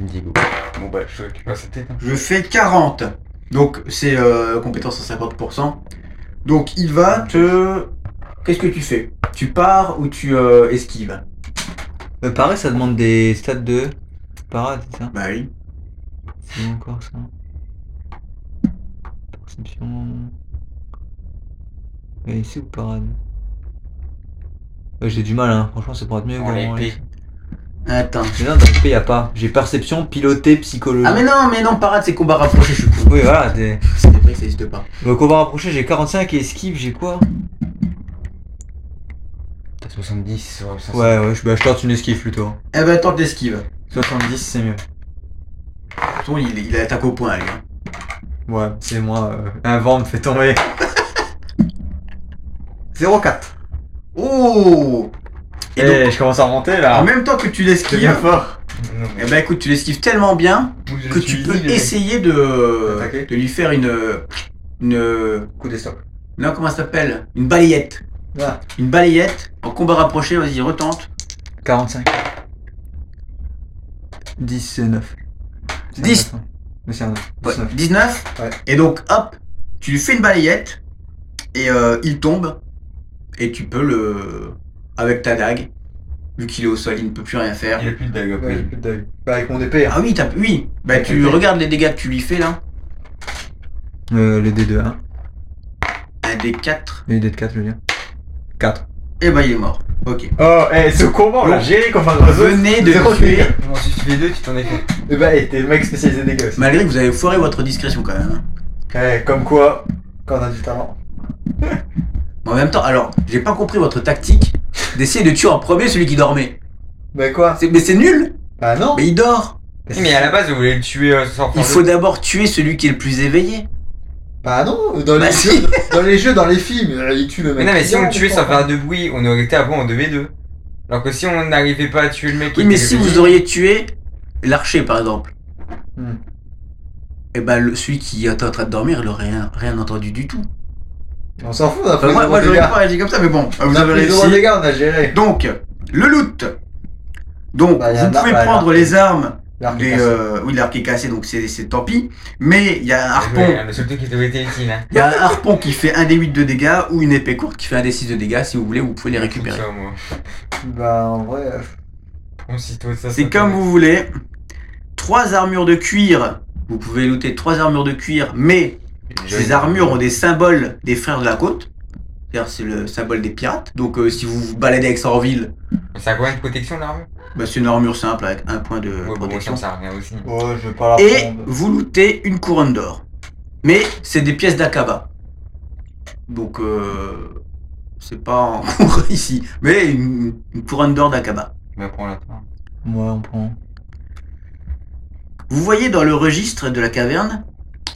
Speaker 3: Diego. Bon bah, je récupère sa tête. hein.
Speaker 1: Je fais 40. Donc c'est euh, compétence à 50%. Donc il va te... Qu'est-ce que tu fais Tu pars ou tu euh, esquives
Speaker 4: Euh, pareil, ça demande des stats de parade, c'est ça
Speaker 1: Bah oui.
Speaker 4: C'est bon encore ça Perception. Et ici ou parade Ouais, J'ai du mal, hein. franchement, ça pourrait être mieux.
Speaker 3: On
Speaker 4: quand
Speaker 3: l'a
Speaker 4: on
Speaker 3: épée.
Speaker 1: Attends.
Speaker 4: Mais non, dans le y a pas. J'ai perception, piloté, psychologie.
Speaker 1: Ah mais non, mais non, parade, c'est combat rapproché, je suis con.
Speaker 4: Oui, voilà. Des...
Speaker 1: C'est vrai que ça n'existe pas.
Speaker 4: Donc, on va rapprocher, j'ai 45 et esquive, j'ai quoi
Speaker 3: T'as 70 sur 500.
Speaker 4: Ouais, ouais, je, bah, je tente une esquive plutôt.
Speaker 1: Eh ben tente d'esquive.
Speaker 4: 70, c'est mieux.
Speaker 1: Ton, il, il attaque au point, lui. hein.
Speaker 4: Ouais, c'est moi. euh, Un vent me fait tomber. 04.
Speaker 1: Oh
Speaker 4: Et,
Speaker 1: Et donc-
Speaker 4: je commence à remonter
Speaker 1: En
Speaker 4: là.
Speaker 1: même temps que tu
Speaker 4: Eh. Ah. C'est bien
Speaker 1: l'esquives,
Speaker 4: fort.
Speaker 3: Non,
Speaker 1: eh ben écoute, tu l'esquives tellement bien
Speaker 3: mais-
Speaker 1: que tu peux
Speaker 3: Je suis
Speaker 1: essayer de,
Speaker 2: Attaquer
Speaker 1: de lui faire une... Une...
Speaker 2: Coup d'estop.
Speaker 1: Non, comment ça s'appelle Une balayette.
Speaker 2: Ah,
Speaker 1: Une balayette en combat rapproché, vas-y, retente.
Speaker 4: 45. 10, c'est 9.
Speaker 1: 10.
Speaker 4: Mais c'est un 9.
Speaker 1: Ouais,
Speaker 4: 19.
Speaker 1: 19.
Speaker 2: Ouais.
Speaker 1: Et donc, hop, tu lui fais une balayette et euh, il tombe. Et tu peux le. Avec ta dague, vu qu'il est au sol, il ne peut plus rien faire.
Speaker 3: Il a plus de dague
Speaker 2: ouais,
Speaker 3: après.
Speaker 2: j'ai plus de dague. Bah, avec mon épée, hein.
Speaker 1: Ah oui, t'as. Oui Bah, tu regardes les dégâts que tu lui fais là.
Speaker 4: Euh, les D2, hein.
Speaker 1: Un des 4.
Speaker 4: Et les D4, je veux dire. 4.
Speaker 1: Et bah, il est mort. Ok.
Speaker 4: Oh, eh, ce combat,
Speaker 2: on l'a
Speaker 4: géré comme un
Speaker 1: Venez de
Speaker 2: zéro
Speaker 1: tuer.
Speaker 2: dégâts.
Speaker 3: Non, si tu fais deux, tu t'en es fait.
Speaker 2: Et bah, et t'es mec spécialisé des gars aussi.
Speaker 1: Malgré que vous avez foiré votre discrétion quand même. hein.
Speaker 2: Eh, comme quoi, quand on a du talent.
Speaker 1: En même temps, alors, j'ai pas compris votre tactique d'essayer de tuer en premier celui qui dormait.
Speaker 2: Bah, quoi
Speaker 1: C'est- Mais c'est nul
Speaker 2: Bah, non
Speaker 1: Mais il dort
Speaker 3: Mais à la base, vous voulez le tuer euh, sans
Speaker 1: Il
Speaker 3: faire
Speaker 1: faut
Speaker 3: de-
Speaker 1: d'abord tuer celui qui est le plus éveillé.
Speaker 2: Bah, non Dans les,
Speaker 1: Bah, si.
Speaker 2: jeux, dans les jeux, dans les films, euh, il tue le
Speaker 3: Mais
Speaker 2: mec.
Speaker 3: non, mais si on le
Speaker 2: Non,
Speaker 3: tuait sans
Speaker 2: comprends
Speaker 3: faire de bruit, on aurait été avant en 2v2. Alors que si on n'arrivait pas à tuer le mec.
Speaker 1: Oui,
Speaker 3: qui
Speaker 1: mais
Speaker 3: était
Speaker 1: si
Speaker 3: réveillé-
Speaker 1: vous auriez tué l'archer, par exemple,
Speaker 2: Hmm.
Speaker 1: et ben le- celui qui était en train de dormir, il aurait rien, rien entendu du tout.
Speaker 2: pas. On s'en fout, on a
Speaker 1: Enfin,
Speaker 2: pris
Speaker 1: Bah, moi, moi
Speaker 2: le
Speaker 1: j'aurais
Speaker 2: dégâts.
Speaker 1: pas réagi comme ça, mais bon, Ah, vous
Speaker 2: On a
Speaker 1: avez
Speaker 2: pris zéro
Speaker 1: réussi.
Speaker 2: dégâts, on a géré.
Speaker 1: Donc, le loot. Donc,
Speaker 2: Bah, y a
Speaker 1: vous
Speaker 2: un
Speaker 1: pouvez
Speaker 2: arc,
Speaker 1: prendre
Speaker 2: l'arc.
Speaker 1: les armes.
Speaker 2: L'arc est
Speaker 1: Les,
Speaker 2: cassé.
Speaker 1: euh, oui, l'arc est cassé, donc c'est c'est tant pis. Mais il y a un harpon.
Speaker 3: Ouais, Le seul truc qui t'aurait été utile. hein.
Speaker 1: Il y a un harpon qui fait 1 des 8 de dégâts ou une épée courte qui fait 1 des 6 de dégâts. Si vous voulez, vous pouvez les récupérer.
Speaker 3: Ça, moi.
Speaker 2: Bah, en vrai, euh,
Speaker 3: Bon, si toi, ça,
Speaker 1: C'est
Speaker 3: ça
Speaker 1: comme
Speaker 3: t'aurait-
Speaker 1: vous voulez. Trois armures de cuir. Vous pouvez looter trois armures de cuir, mais ces armures ont des symboles des frères de la côte. C'est-à-dire c'est le symbole des pirates. Donc euh, si vous vous baladez avec ça en ville,
Speaker 3: Ça a combien de protection l'armure
Speaker 1: bah, c'est une armure simple avec un point de
Speaker 3: Ouais, bon, moi, ça
Speaker 1: Euh, protection.
Speaker 3: me sert à rien aussi.
Speaker 2: ouais, je vais pas la
Speaker 1: Et
Speaker 2: prendre.
Speaker 1: vous lootez une couronne d'or. Mais c'est des pièces d'Akaba. Donc euh, c'est pas en cours ici. Mais une, une couronne d'or d'Akaba.
Speaker 3: Bah, prends-la toi.
Speaker 4: Ouais, on prend.
Speaker 1: Vous voyez dans le registre de la caverne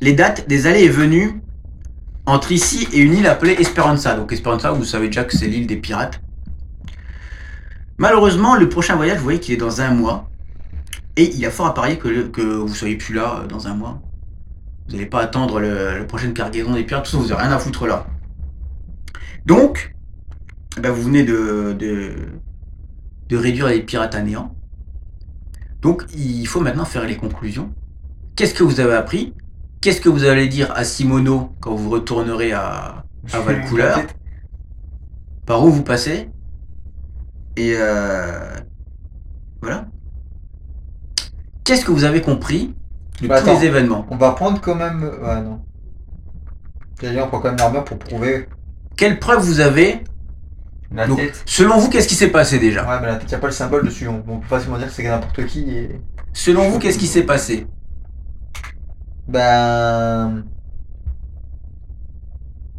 Speaker 1: les dates des allées et venues entre ici et une île appelée Esperanza. Donc Esperanza, vous savez déjà que c'est l'île des pirates. Malheureusement, le prochain voyage, vous voyez qu'il est dans un mois. Et il y a fort à parier que, le- que vous soyez plus là euh, dans un mois. Vous n'allez pas attendre le, la prochaine cargaison des pierres, tout ça, vous n'avez rien à foutre là. Donc, eh ben, vous venez de, de, de réduire les pirates à néant. Donc, il faut maintenant faire les conclusions. Qu'est-ce que vous avez appris Qu'est-ce que vous allez dire à Simono quand vous retournerez à, à Valcouleur Par où vous passez Et euh, voilà. Qu'est-ce que vous avez compris de
Speaker 4: Bah,
Speaker 1: tous
Speaker 4: attends.
Speaker 1: les événements
Speaker 4: On va prendre quand même. Ouais, non. D'ailleurs, on prend quand même l'armure pour prouver.
Speaker 1: Quelles preuves vous avez
Speaker 3: La
Speaker 1: Donc,
Speaker 3: tête.
Speaker 1: Selon vous, qu'est-ce qui s'est passé déjà
Speaker 4: Ouais, mais la tête, y a pas le symbole dessus. On, on peut facilement dire que c'est n'importe qui et.
Speaker 1: Selon vous, qu'est-ce qui s'est passé
Speaker 4: Ben.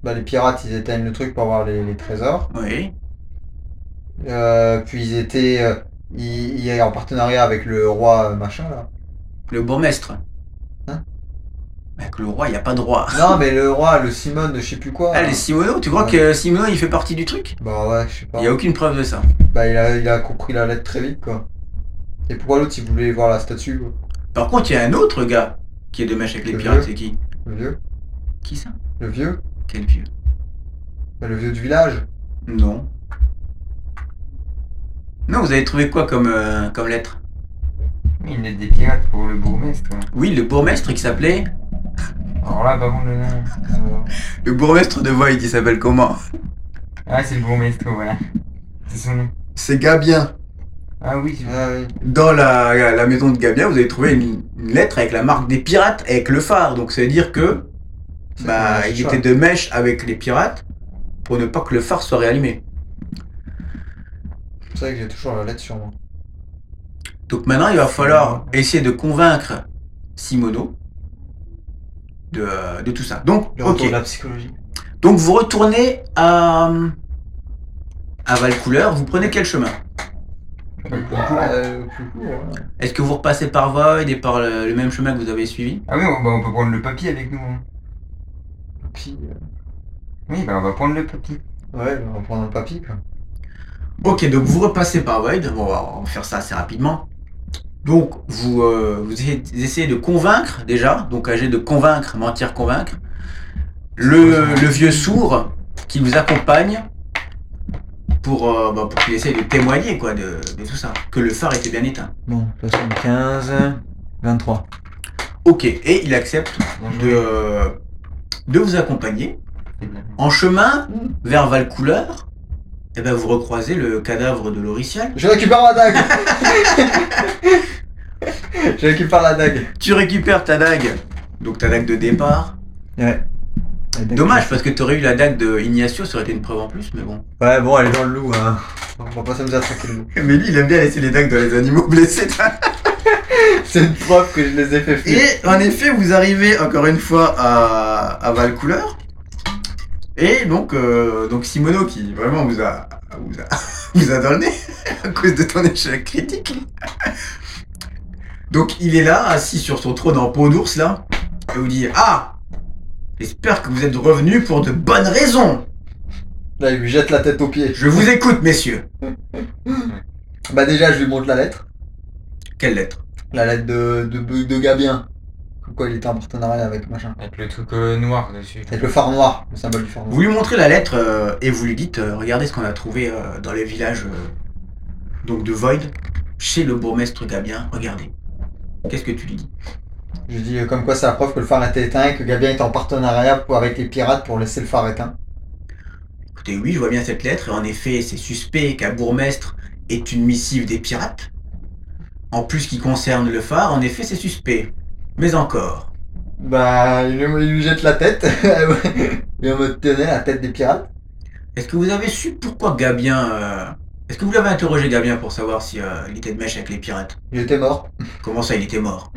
Speaker 4: Ben, les pirates, ils éteignent le truc pour avoir les, les trésors.
Speaker 1: Oui.
Speaker 4: Euh, puis ils étaient. euh, ils, ils étaient en partenariat avec le roi euh, machin là.
Speaker 1: Le bourgmestre.
Speaker 4: Hein
Speaker 1: Avec le roi, il n'y a pas de roi.
Speaker 4: Non, mais le roi, le Simone, je sais plus quoi.
Speaker 1: Ah, les Simono, tu crois
Speaker 4: Ouais.
Speaker 1: que Simono, il fait partie du truc
Speaker 4: Bah ouais, je sais pas.
Speaker 1: Il n'y a aucune preuve de ça.
Speaker 4: Bah, il a, il a compris la lettre très vite quoi. Et pourquoi l'autre, il voulait voir la statue, quoi
Speaker 1: Par contre, il y a un autre gars qui est de mèche avec les
Speaker 4: Le
Speaker 1: pirates,
Speaker 4: vieux.
Speaker 1: c'est qui
Speaker 4: Le vieux
Speaker 1: Qui ça
Speaker 4: Le vieux
Speaker 1: Quel vieux
Speaker 4: Ben, Le vieux du village
Speaker 1: Non. Non, vous avez trouvé quoi comme, euh, comme lettre
Speaker 3: Oui, Il est des pirates pour le bourgmestre. quoi.
Speaker 1: Oui, le bourgmestre qui s'appelait.
Speaker 3: Alors là, par contre, le nom.
Speaker 4: Euh,
Speaker 1: Le bourgmestre de Void, il s'appelle comment
Speaker 3: Ah, c'est le bourgmestre, voilà. C'est son nom.
Speaker 1: C'est Gabien.
Speaker 3: Ah oui, je-
Speaker 4: ah oui.
Speaker 1: Dans la, la maison de Gabien, vous avez trouvé une, une lettre avec la marque des pirates, avec le phare. Donc ça veut dire que
Speaker 4: C'est
Speaker 1: bah,
Speaker 4: un
Speaker 1: il
Speaker 4: chat.
Speaker 1: était de mèche avec les pirates pour ne pas que le phare soit réallumé.
Speaker 4: C'est vrai que j'ai toujours la lettre sur moi.
Speaker 1: Donc maintenant, il va falloir essayer de convaincre Simono de, euh, de tout ça. Donc,
Speaker 4: Le
Speaker 1: ok.
Speaker 4: retour de la psychologie.
Speaker 1: Donc vous retournez à, à Valcouleur, vous prenez quel chemin
Speaker 3: Ah.
Speaker 4: Euh, le plus court, ouais.
Speaker 1: Est-ce que vous repassez par Void et par le, le même chemin que vous avez suivi
Speaker 3: Ah oui, on, bah, on peut prendre le papy avec nous. hein.
Speaker 4: Puis,
Speaker 3: Oui, bah on va prendre le papy.
Speaker 4: euh, ouais, on va prendre un papy, quoi.
Speaker 1: Ok, donc vous repassez par Void, Bon, on va on va faire ça assez rapidement. Donc vous, euh, vous essayez- essayez de convaincre déjà, donc âgé de convaincre, mentir, convaincre, le, le vieux sourd qui vous accompagne pour, euh, bah, pour qu'il essaye de témoigner quoi, de, de tout ça, que le phare était bien éteint.
Speaker 5: Bon, 75, 23.
Speaker 1: Ok, et il accepte
Speaker 3: Bien
Speaker 1: de,
Speaker 3: joué.
Speaker 1: euh, de vous accompagner.
Speaker 3: C'est bien.
Speaker 1: En chemin vers Valcouleur, eh ben vous recroisez le cadavre de Lauriciel.
Speaker 4: Je récupère ma dague Je récupère la dague.
Speaker 1: Tu récupères ta dague, donc ta dague de départ.
Speaker 5: Ouais. Elle est
Speaker 1: Dommage parce que tu aurais eu la dague de Ignacio, ça aurait été une preuve en plus, mais bon.
Speaker 5: d'accord. Ouais, bon, elle est dans le loup, hein.
Speaker 4: On va pas s'amuser à traquer le loup.
Speaker 1: Mais lui, il aime bien laisser les dagues dans les animaux blessés.
Speaker 4: C'est une preuve que je les ai fait fuir.
Speaker 1: Et en effet, vous arrivez encore une fois à, à Valcouleur. Et donc, euh, donc Simono qui vraiment vous a, vous a, vous a dans le nez à cause de ton échec critique. Donc il est là, assis sur son trône en peau d'ours là, et vous dit Ah J'espère que vous êtes revenus pour de bonnes raisons.
Speaker 4: Là, il lui jette la tête aux pieds.
Speaker 1: Je vous écoute, messieurs.
Speaker 4: Bah déjà, je lui montre la lettre.
Speaker 1: Quelle lettre
Speaker 4: La lettre de, de, de Gabien. Comme quoi, il était en partenariat avec machin.
Speaker 3: Avec le truc euh, noir dessus.
Speaker 4: Avec le phare noir, le symbole du phare noir.
Speaker 1: Vous lui montrez la lettre euh, et vous lui dites euh, Regardez ce qu'on a trouvé euh, dans les villages euh, donc de Void, chez le bourgmestre Gabien. Regardez. Qu'est-ce que tu lui dis
Speaker 4: Je dis euh, comme quoi c'est la preuve que le phare était éteint et que Gabien était en partenariat pour- avec les pirates pour laisser le phare éteint.
Speaker 1: Écoutez, oui, je vois bien cette lettre. Et en effet, c'est suspect qu'un bourgmestre est une missive des pirates. En plus, qui concerne le phare, en effet, c'est suspect. Mais encore.
Speaker 4: Bah, il lui, il lui jette la tête. il est en mode tenez la tête des pirates.
Speaker 1: Est-ce que vous avez su pourquoi Gabien. euh, Est-ce que vous l'avez interrogé, Gabien, pour savoir si euh, il était de mèche avec les pirates
Speaker 4: Il était mort.
Speaker 1: Comment ça, il était mort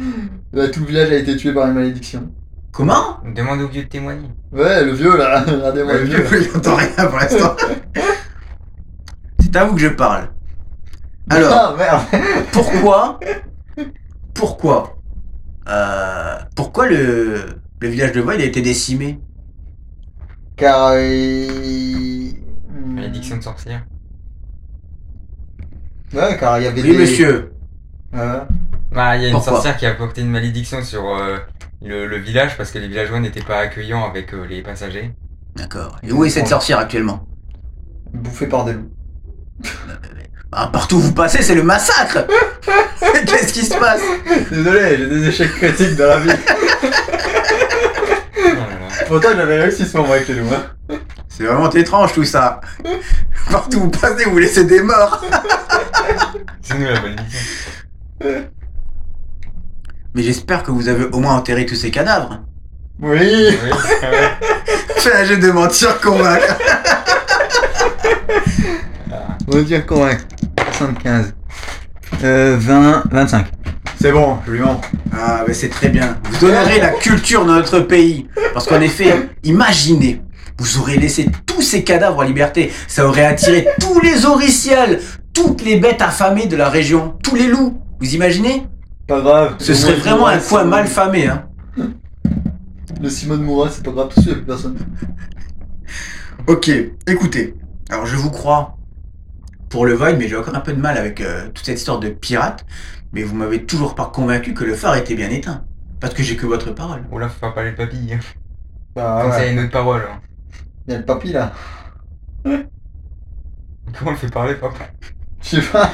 Speaker 4: Bah, tout le village a été tué par une malédiction.
Speaker 1: Comment
Speaker 3: On demande au vieux de témoigner.
Speaker 4: Ouais, le vieux là, regardez-moi
Speaker 1: Ouais,
Speaker 4: le
Speaker 1: je
Speaker 4: vieux.
Speaker 1: je n'entends rien pour l'instant. C'est à vous que je parle. Alors,
Speaker 4: Ah, merde.
Speaker 1: pourquoi Pourquoi euh, Pourquoi le, le village de Void a été décimé
Speaker 4: Car euh, il.
Speaker 3: Malédiction de sorcière.
Speaker 2: Ouais, car il y avait
Speaker 1: Oui,
Speaker 2: des...
Speaker 1: monsieur.
Speaker 2: Ouais.
Speaker 3: Bah, il y a une
Speaker 1: Pourquoi
Speaker 3: sorcière qui a porté une malédiction sur euh, le, le village parce que les villageois n'étaient pas accueillants avec euh, les passagers.
Speaker 1: D'accord. Et où est cette sorcière actuellement
Speaker 2: bouffé par des loups.
Speaker 1: Bah, Partout où vous passez, c'est le massacre Qu'est-ce qui se passe
Speaker 2: Désolé, j'ai des échecs critiques dans la vie.
Speaker 3: Oh là là.
Speaker 2: Pourtant, j'avais réussi ce moment avec les loups. Hein.
Speaker 1: C'est vraiment étrange tout ça. Partout où vous passez, vous laissez des morts.
Speaker 3: C'est nous la malédiction.
Speaker 1: Mais j'espère que vous avez au moins enterré tous ces cadavres.
Speaker 2: Oui.
Speaker 3: Oui, ah ouais.
Speaker 1: Fais un jeu de mentir convaincre.
Speaker 4: On dire correct. 75. Euh, 20, 25.
Speaker 2: C'est bon, je lui mens.
Speaker 1: Ah, mais c'est très bien. Vous honorez la culture de notre pays. Parce qu'en effet, imaginez, vous aurez laissé tous ces cadavres en liberté. Ça aurait attiré tous les oriciels, toutes les bêtes affamées de la région, tous les loups. Vous imaginez
Speaker 2: Pas grave.
Speaker 1: Ce
Speaker 2: Le
Speaker 1: serait
Speaker 2: Simon de
Speaker 1: vraiment
Speaker 2: Moura,
Speaker 1: un
Speaker 2: c'est-
Speaker 1: coin mal famé. Hein.
Speaker 2: Le Simone Moura, c'est pas grave, tout seul, personne.
Speaker 1: Ok, écoutez. Alors je vous crois pour le Void, mais j'ai encore un peu de mal avec euh, toute cette histoire de pirate. Mais vous m'avez toujours pas convaincu que le phare était bien éteint. Parce que j'ai que votre parole.
Speaker 3: Oula, faut pas parler de papy. hein.
Speaker 4: Ah
Speaker 2: Bah
Speaker 3: Comme ça, il y a
Speaker 2: ouais.
Speaker 3: une autre parole. hein.
Speaker 2: Il y a le papy là.
Speaker 3: Comment on le fait parler, papa
Speaker 2: Je sais pas.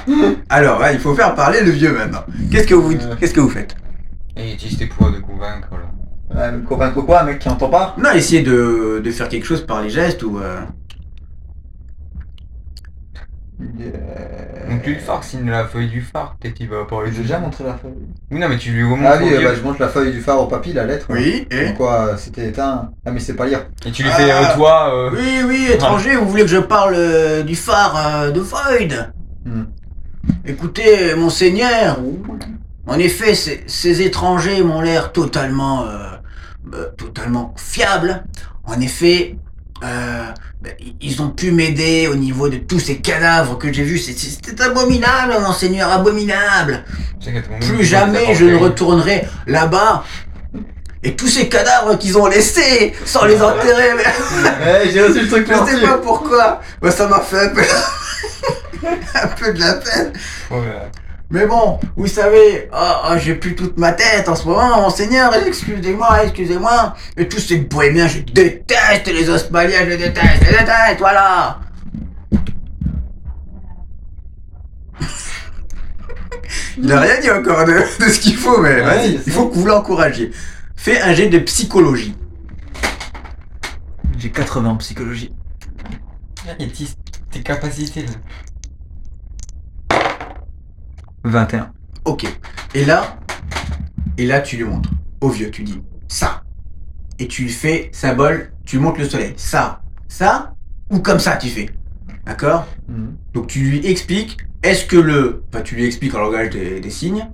Speaker 1: Alors, ouais, il faut faire parler le vieux maintenant. Qu'est-ce que vous,
Speaker 2: Euh.
Speaker 1: qu'est-ce que vous faites
Speaker 3: Et il utilise tes pouvoirs de convaincre, là.
Speaker 2: Ouais, mais convaincre quoi, mec, qui entend pas
Speaker 1: Non, essayez de, de faire quelque chose par les gestes ou. euh,
Speaker 2: Euh...
Speaker 3: Donc, lui, le phare, signe la feuille du phare. Peut-être qu'il va parler
Speaker 2: J'ai
Speaker 3: de
Speaker 2: Euh, déjà montré la feuille.
Speaker 3: Oui, non, mais tu lui remontes
Speaker 2: Ah
Speaker 3: son
Speaker 2: oui, euh,
Speaker 3: lieu.
Speaker 2: bah, je montre la feuille du phare au papy, la lettre.
Speaker 1: Oui, et.
Speaker 2: Comme Quoi, euh, c'était éteint. Ah mais c'est pas lire.
Speaker 3: Et tu lui fais,
Speaker 1: Ah.
Speaker 3: euh, toi, euh,
Speaker 1: Oui, oui, étranger, vous voulez que je parle euh, du phare euh, de Void
Speaker 2: Hmm.
Speaker 1: Écoutez, monseigneur,
Speaker 2: Oh.
Speaker 1: en effet, ces, ces étrangers m'ont l'air totalement, euh, euh, totalement fiables. En effet, euh, ben, i- ils ont pu m'aider au niveau de tous ces cadavres que j'ai vus. C'est- c'est- C'était abominable, monseigneur, abominable.
Speaker 3: tu sais qu'à tout moment, tu
Speaker 1: Plus
Speaker 3: peux
Speaker 1: jamais
Speaker 3: t'apporter
Speaker 1: je ne
Speaker 3: une-
Speaker 1: retournerai là-bas. Et tous ces cadavres qu'ils ont laissés sans les enterrer, mais
Speaker 2: Eh, j'ai reçu le truc
Speaker 1: je sais
Speaker 2: là
Speaker 1: pas pourquoi. Bah, ça m'a fait un peu... un peu de la peine.
Speaker 3: Ouais, ouais.
Speaker 1: Mais bon, vous savez, ah, ah, j'ai plus toute ma tête en ce moment, monseigneur, excusez-moi, excusez-moi. Et tous ces bohémiens, je déteste les Osmaliens, je déteste, je déteste, voilà. Il a rien dit encore de, de ce qu'il faut, mais
Speaker 2: Ouais,
Speaker 1: vas-y,
Speaker 2: il
Speaker 1: il faut que vous l'encouragiez. Fais un jet de psychologie.
Speaker 4: J'ai 80 en psychologie.
Speaker 3: Et tes, tes capacités, là.
Speaker 4: 21.
Speaker 1: Ok. Et là, et là, tu lui montres. Au vieux, tu dis ça. Et tu lui fais symbole, tu lui montres le soleil. Ça, ça, ou comme ça, tu fais. D'accord
Speaker 2: Hmm.
Speaker 1: Donc tu lui expliques, est-ce que le. Enfin, tu lui expliques en langage des, des signes.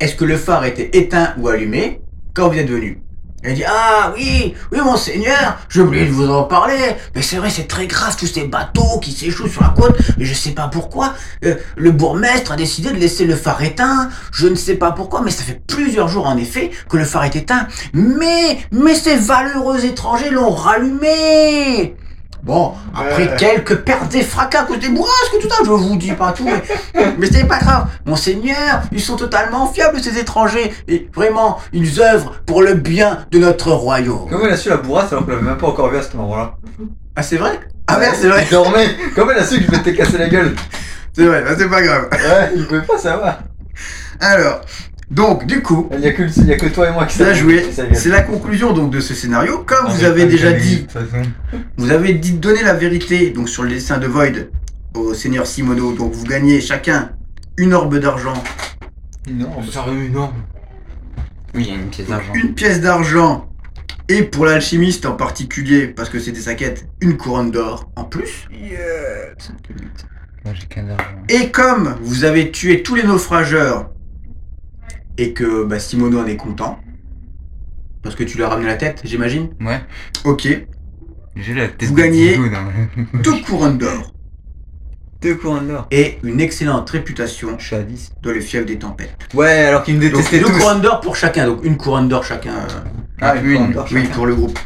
Speaker 1: Est-ce que le phare était éteint ou allumé quand vous êtes venu Elle dit Ah oui, oui, monseigneur, j'ai oublié de vous en parler. Mais c'est vrai, c'est très grave, tous ces bateaux qui s'échouent sur la côte, mais je sais pas pourquoi. Euh, le bourgmestre a décidé de laisser le phare éteint. Je ne sais pas pourquoi, mais ça fait plusieurs jours en effet que le phare est éteint. Mais, mais ces valeureux étrangers l'ont rallumé. Bon, après
Speaker 2: Ouais.
Speaker 1: quelques pertes et fracas à cause des bourrasques, tout ça, je vous dis pas tout, mais, mais c'est pas grave. Monseigneur, ils sont totalement fiables ces étrangers, et vraiment, ils œuvrent pour le bien de notre royaume.
Speaker 2: Comment elle a su la bourrasse alors qu'on l'avait même pas encore vu à ce moment-là
Speaker 1: Ah c'est vrai Ah merde, c'est vrai,
Speaker 2: Il dormait Comment elle a su que je vais te casser la gueule
Speaker 1: c'est vrai, ah, c'est pas grave.
Speaker 2: Ouais, il pouvait pas savoir.
Speaker 1: Alors, donc du coup,
Speaker 2: Il y a que, le- il y a que toi et moi qui
Speaker 1: Bien
Speaker 2: savons
Speaker 1: joué.
Speaker 2: qui savent.
Speaker 1: C'est la conclusion donc de ce scénario. Comme vous
Speaker 3: Arrête
Speaker 1: avez
Speaker 3: Ah, pas de
Speaker 1: déjà
Speaker 3: caler,
Speaker 1: dit,
Speaker 3: De toute façon.
Speaker 1: vous avez dit donner la vérité donc sur le dessin de Void au seigneur Simono. Donc vous gagnez chacun une orbe d'argent,
Speaker 2: Non, mais-
Speaker 3: J'aurais eu une orme. Oui, il y a une pièce d'argent.
Speaker 1: une pièce d'argent et pour l'alchimiste en particulier parce que c'était sa quête, une couronne d'or en plus.
Speaker 4: Moi j'ai 15 d'argent.
Speaker 1: Et comme vous avez tué tous les naufrageurs et que bah, Simono en est content parce que tu lui as ramené la tête, j'imagine.
Speaker 3: Ouais.
Speaker 1: Ok.
Speaker 3: J'ai la tête
Speaker 1: Vous
Speaker 3: de
Speaker 1: gagnez.
Speaker 3: Zidou, non, mais-
Speaker 1: Deux couronnes d'or
Speaker 4: Deux courants de l'or.
Speaker 1: et une excellente réputation
Speaker 4: Je suis à 10.
Speaker 1: dans le fief des tempêtes.
Speaker 4: Ouais, alors qu'ils me
Speaker 1: Donc,
Speaker 4: détestaient
Speaker 1: deux
Speaker 4: tous.
Speaker 1: couronnes d'or pour chacun, donc une couronne d'or chacun. euh,
Speaker 2: Ah, une couronne
Speaker 4: une.
Speaker 2: d'or.
Speaker 1: oui, pour le groupe.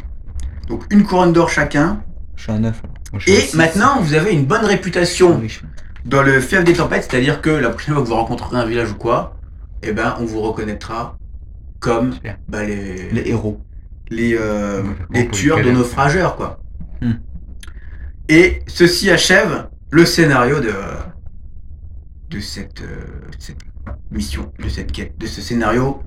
Speaker 1: Donc une couronne d'or chacun.
Speaker 4: Je suis à 9.
Speaker 2: Oh.
Speaker 1: Et maintenant, vous avez une bonne réputation dans le fief des tempêtes, c'est-à-dire que la prochaine fois que vous rencontrerez un village ou quoi, eh ben, on vous reconnaîtra comme
Speaker 4: Super.
Speaker 1: bah, les,
Speaker 4: Les héros.
Speaker 1: les, euh,
Speaker 3: Moi, je
Speaker 1: les
Speaker 3: propose
Speaker 1: tueurs
Speaker 3: une
Speaker 1: de
Speaker 3: galère.
Speaker 1: naufrageurs, quoi.
Speaker 4: Hmm.
Speaker 1: Et ceci achève le scénario de, de cette, euh, cette mission, de cette quête, de ce scénario